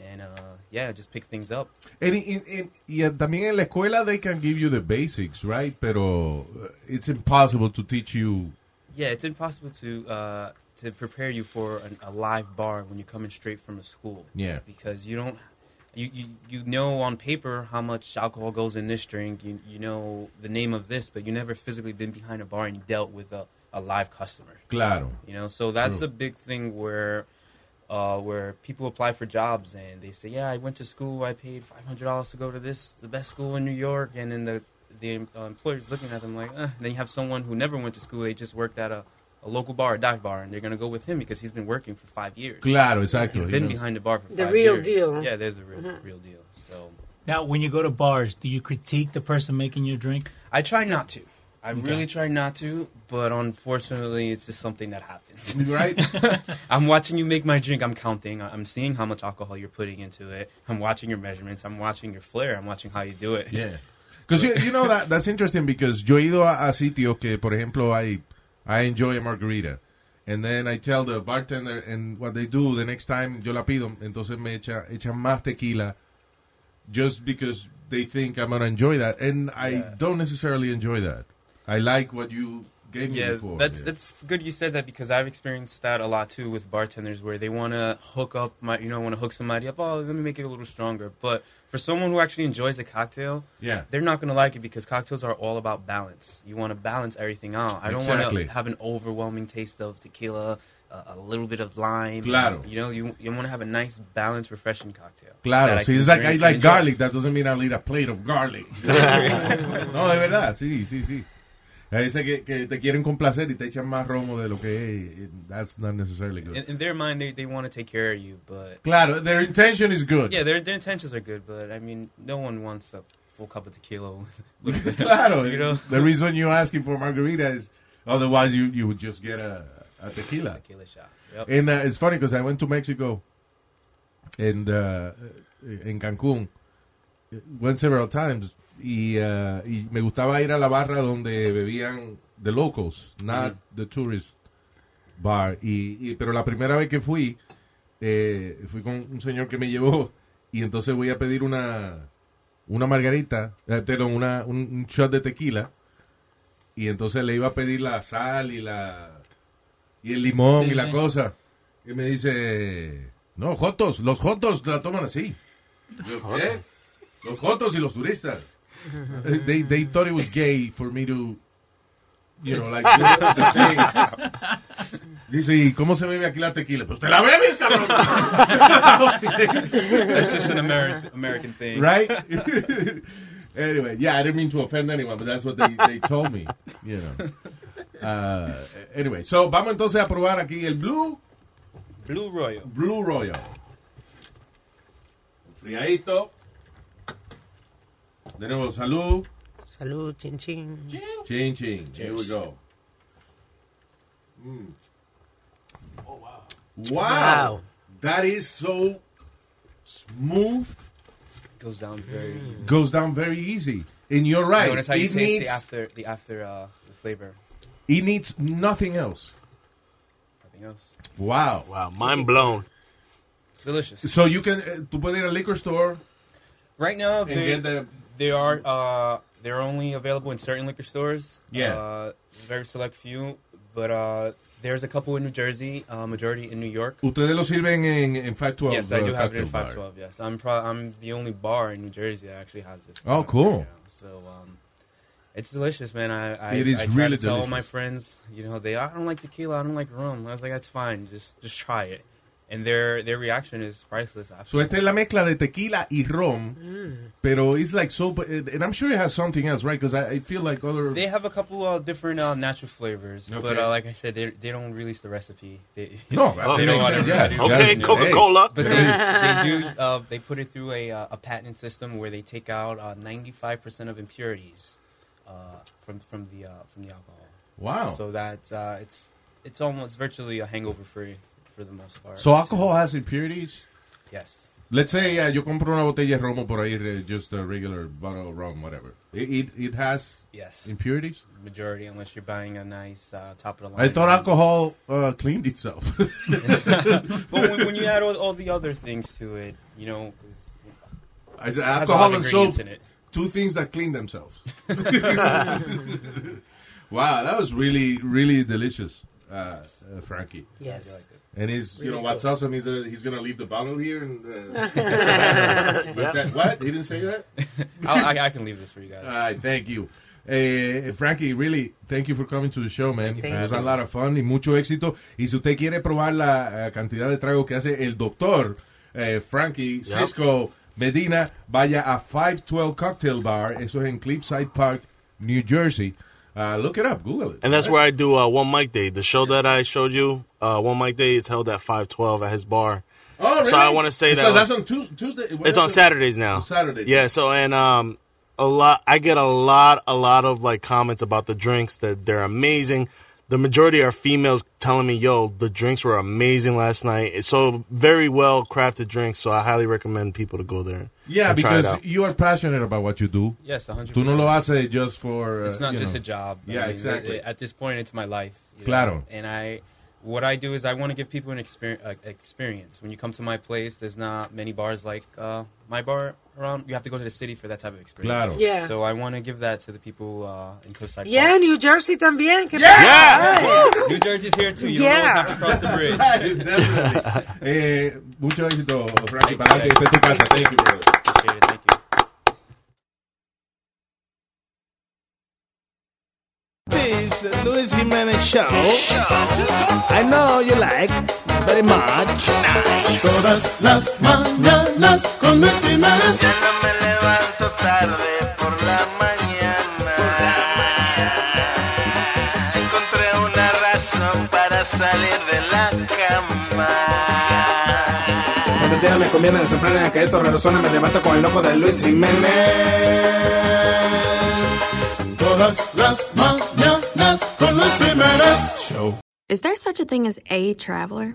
Speaker 5: and uh, yeah, just pick things up.
Speaker 3: And in- in- y también en la escuela they can give you the basics, right? Pero uh, it's impossible to teach you.
Speaker 5: Yeah, it's impossible to uh, to prepare you for an, a live bar when you're coming straight from a school.
Speaker 3: Yeah.
Speaker 5: because you don't. You, you, you know on paper how much alcohol goes in this drink. You, you know the name of this, but you never physically been behind a bar and dealt with a, a live customer.
Speaker 3: Claro.
Speaker 5: You know, so that's
Speaker 3: True.
Speaker 5: a big thing where uh, where people apply for jobs and they say, "Yeah, I went to school. I paid five hundred dollars to go to this the best school in New York," and then the the uh, employer's looking at them like, eh. then you have someone who never went to school. They just worked at a, a local bar, a dive bar, and they're gonna go with him because he's been working for five years.
Speaker 3: Claro, exacto.
Speaker 5: He's
Speaker 3: you
Speaker 5: been
Speaker 3: know.
Speaker 5: behind the bar for
Speaker 4: The
Speaker 5: five
Speaker 4: real
Speaker 5: years.
Speaker 4: deal. Uh-huh.
Speaker 5: Yeah, there's a real real deal. So
Speaker 7: Now, when you go to bars, do you critique the person making your drink?
Speaker 5: I try not to. I really try not to, but unfortunately, it's just something that happens.
Speaker 3: Right?
Speaker 5: I'm watching you make my drink. I'm counting. I- I'm seeing how much alcohol you're putting into it. I'm watching your measurements. I'm watching your flair. I'm watching how you do (laughs) it.
Speaker 3: Yeah. Because you, you know that that's interesting because yo he ido a, a sitios que por ejemplo I I enjoy a margarita and then I tell the bartender and what they do the next time yo la pido entonces me echa echan más tequila just because they think I'm gonna enjoy that and I
Speaker 5: Yeah.
Speaker 3: don't necessarily enjoy that. I like what you gave me
Speaker 5: Yeah,
Speaker 3: before.
Speaker 5: that's
Speaker 3: yeah.
Speaker 5: that's good you said that because I've experienced that a lot too with bartenders where they want to hook up my you know want to hook somebody up. Oh, let me make it a little stronger. But for someone who actually enjoys a cocktail,
Speaker 3: Yeah.
Speaker 5: they're not going to like it because cocktails are all about balance. You want to balance everything out. I don't
Speaker 3: Exactly.
Speaker 5: want to have an overwhelming taste of tequila, a, a little bit of lime.
Speaker 3: Claro.
Speaker 5: You know, you you want to have a nice, balanced, refreshing cocktail. that
Speaker 3: Claro,
Speaker 5: I
Speaker 3: sí,
Speaker 5: can
Speaker 3: it's like
Speaker 5: drink
Speaker 3: I
Speaker 5: and
Speaker 3: like
Speaker 5: enjoy.
Speaker 3: garlic. That doesn't mean I'll eat a plate of
Speaker 5: (laughs)
Speaker 3: garlic. no, de verdad, sí, sí, sí. Ahí Dice que, que te quieren complacer y te echan más romo de lo que es. That's not necessarily
Speaker 5: In,
Speaker 3: good.
Speaker 5: in their mind, they, they want to take care of you, but
Speaker 3: Claro, their intention is good.
Speaker 5: yeah, their their intentions are good. But I mean, no one wants a full cup of tequila.
Speaker 3: (laughs)
Speaker 5: with- with-
Speaker 3: claro,
Speaker 5: you know,
Speaker 3: the reason you're asking for margarita is otherwise you, you would just get a, a tequila.
Speaker 5: tequila shot. Yep.
Speaker 3: And uh, it's funny because I went to Mexico and uh, in Cancun went several times y, uh, y me gustaba ir a la barra donde bebían the locals, not the tourist bar. Y, y- pero la primera vez que fui eh, fui con un señor que me llevó y entonces voy a pedir una una margarita, eh, perdón, una, un, un shot de tequila y entonces le iba a pedir la sal y la y el limón
Speaker 7: Sí,
Speaker 3: y la
Speaker 7: sí.
Speaker 3: cosa y me dice no jotos, los jotos la toman así. Yo, ¿qué? Los jotos y los turistas. They, they thought it was gay for me to, you know, like, do the thing. Dice, ¿y cómo se bebe aquí la tequila? Pues te la bebes, cabrón.
Speaker 5: That's just an American American thing.
Speaker 3: right? (laughs) anyway, yeah, I didn't mean to offend anyone, but that's what they, they told me, you know. Ah, anyway, so vamos entonces a probar aquí el Blue
Speaker 5: Blue Royal.
Speaker 3: Blue Royal. Friadito. De nuevo, salud.
Speaker 4: Salud, chin chin.
Speaker 3: Chin chin. Here we go. Mm. wow.
Speaker 4: Wow.
Speaker 3: That is so smooth.
Speaker 5: Goes down very easy.
Speaker 3: Goes down very easy. And you're right.
Speaker 5: Notice how you
Speaker 3: it,
Speaker 5: taste
Speaker 3: needs,
Speaker 5: the after the after uh, the flavor.
Speaker 3: it needs nothing else.
Speaker 5: Nothing else.
Speaker 3: Wow.
Speaker 6: Wow, mind blown.
Speaker 5: It's delicious.
Speaker 3: So you can, uh, tú puedes ir al liquor store
Speaker 5: Right now,
Speaker 3: and
Speaker 5: they,
Speaker 3: get the,
Speaker 5: they are uh, they're only available in certain liquor stores.
Speaker 3: Yeah.
Speaker 5: uh, very select few. But uh, there's a couple in New Jersey, uh, majority in New York.
Speaker 3: ustedes lo sirven en, en 512.
Speaker 5: Yes, I
Speaker 3: uh,
Speaker 5: do have it in
Speaker 3: cocktail bar.
Speaker 5: 512. Yes, I'm pro- I'm the only bar in New Jersey that actually has this.
Speaker 3: Oh,
Speaker 5: product
Speaker 3: cool.
Speaker 5: now. So um, it's delicious, man. I, I
Speaker 3: It is
Speaker 5: I try
Speaker 3: really
Speaker 5: to tell all
Speaker 3: delicious.
Speaker 5: my friends, you know, they I don't like tequila, I don't like rum. I was like, that's fine, just just try it. And their their reaction is priceless. After.
Speaker 3: So esta es la mezcla de tequila y rum, pero it's like so, eh, and I'm sure it has something else, right? Because I, I feel like other,
Speaker 5: they have a couple uh, different uh, natural flavors, but
Speaker 3: Okay.
Speaker 5: uh, like I said, they they don't release the recipe. They, (laughs)
Speaker 3: No,
Speaker 5: they
Speaker 3: that
Speaker 5: don't
Speaker 3: makes
Speaker 5: wanna
Speaker 3: sense,
Speaker 5: really
Speaker 3: yeah.
Speaker 5: do
Speaker 3: Yes,
Speaker 6: Oh, Okay,
Speaker 5: that.
Speaker 3: hey.
Speaker 6: Coca Cola.
Speaker 5: But they, they do. Uh, they put it through a, uh, a patent system where they take out uh, ninety-five percent of impurities uh, from from the uh, from the alcohol.
Speaker 3: wow. So,
Speaker 5: So that uh, it's it's almost virtually a hangover-free for the most part.
Speaker 3: alcohol has impurities.
Speaker 5: Yes.
Speaker 3: Let's say uh, yo compro una botella de romo por ahí, uh, just a regular bottle of rum, whatever. It it, it has
Speaker 5: Yes.
Speaker 3: impurities.
Speaker 5: Majority, unless you're buying a nice uh, top of the
Speaker 3: I
Speaker 5: line.
Speaker 3: thought alcohol uh, cleaned itself. (laughs)
Speaker 5: But when, when you add all, all the other things to it, you know, 'cause
Speaker 3: I said,
Speaker 5: it has a lot
Speaker 3: alcohol
Speaker 5: of
Speaker 3: and
Speaker 5: ingredients
Speaker 3: soap,
Speaker 5: in it.
Speaker 3: two things that clean themselves. (laughs) wow, that was really really delicious, uh, uh, Frankie.
Speaker 4: Yes.
Speaker 3: And he's, you know, what's awesome is that he's gonna leave the bottle here. And, uh, (laughs) but that, what? He didn't say that.
Speaker 5: I'll, I, I can leave this for you
Speaker 3: (laughs)
Speaker 5: guys.
Speaker 3: All right, thank you. Eh, Frankie, really, thank you for coming to the show, man.
Speaker 4: Thank
Speaker 3: It was
Speaker 4: you.
Speaker 3: a lot of fun y mucho éxito. Y si usted quiere probar la eh, cantidad de tragos que hace el doctor eh, Frankie Cisco Medina, vaya a 512 Cocktail Bar. Eso es en Cliffside Park, New Jersey. Uh, look it up, Google it.
Speaker 6: And that's
Speaker 3: All
Speaker 6: where I do uh, One Mic Day. The show that I showed you, uh, One Mic Day, is held at 512 at his bar.
Speaker 3: Oh, really?
Speaker 6: So I wanna say
Speaker 3: So
Speaker 6: that-
Speaker 3: that's on Tues- Tuesday. what
Speaker 6: It's
Speaker 3: is
Speaker 6: on
Speaker 3: it?
Speaker 6: Saturdays now.
Speaker 3: On Saturdays.
Speaker 6: Yeah, so and um a lot I get a lot a lot of like comments about the drinks that they're amazing. The majority are females telling me, "Yo, the drinks were amazing last night." It's So very well crafted drinks, so I highly recommend people to go there.
Speaker 3: Yeah,
Speaker 6: and try it
Speaker 3: because
Speaker 6: out.
Speaker 3: you are passionate about what you do.
Speaker 5: Yes, 100%.
Speaker 3: Tú no lo haces just for. uh,
Speaker 5: it's not
Speaker 3: you
Speaker 5: just
Speaker 3: know.
Speaker 5: a job.
Speaker 3: Yeah, exactly.
Speaker 5: it- at this point, it's my life. you know?
Speaker 3: Claro.
Speaker 5: And I, what I do is I want to give people an exper- uh, experience. When you come to my place, there's not many bars like uh, my bar around. You have to go to the city for that type of experience.
Speaker 3: Claro.
Speaker 4: Yeah.
Speaker 5: So I want to give that to the people uh, in Coastside.
Speaker 4: Yeah,
Speaker 5: Park.
Speaker 4: New Jersey también. que-
Speaker 6: Yeah!
Speaker 4: Ay.
Speaker 5: New Jersey's here too. You
Speaker 4: Yeah.
Speaker 5: don't always have to
Speaker 4: (laughs)
Speaker 5: cross the bridge.
Speaker 3: Definitely. eh, mucho éxito, Frankie. Para adelante, esta es tu casa. Thank you, brother.
Speaker 5: Appreciate it. Thank you.
Speaker 8: This is the Luis Jimenez show. I know you like very much. Todas las mañanas con Luis Jimenez. Cuando días me conviene desenfrenar que estos raros suenan, me levanto con el loco de Luis Jiménez. Todas las mañanas con Luis Jiménez. Show.
Speaker 9: Is there such a thing as a traveler?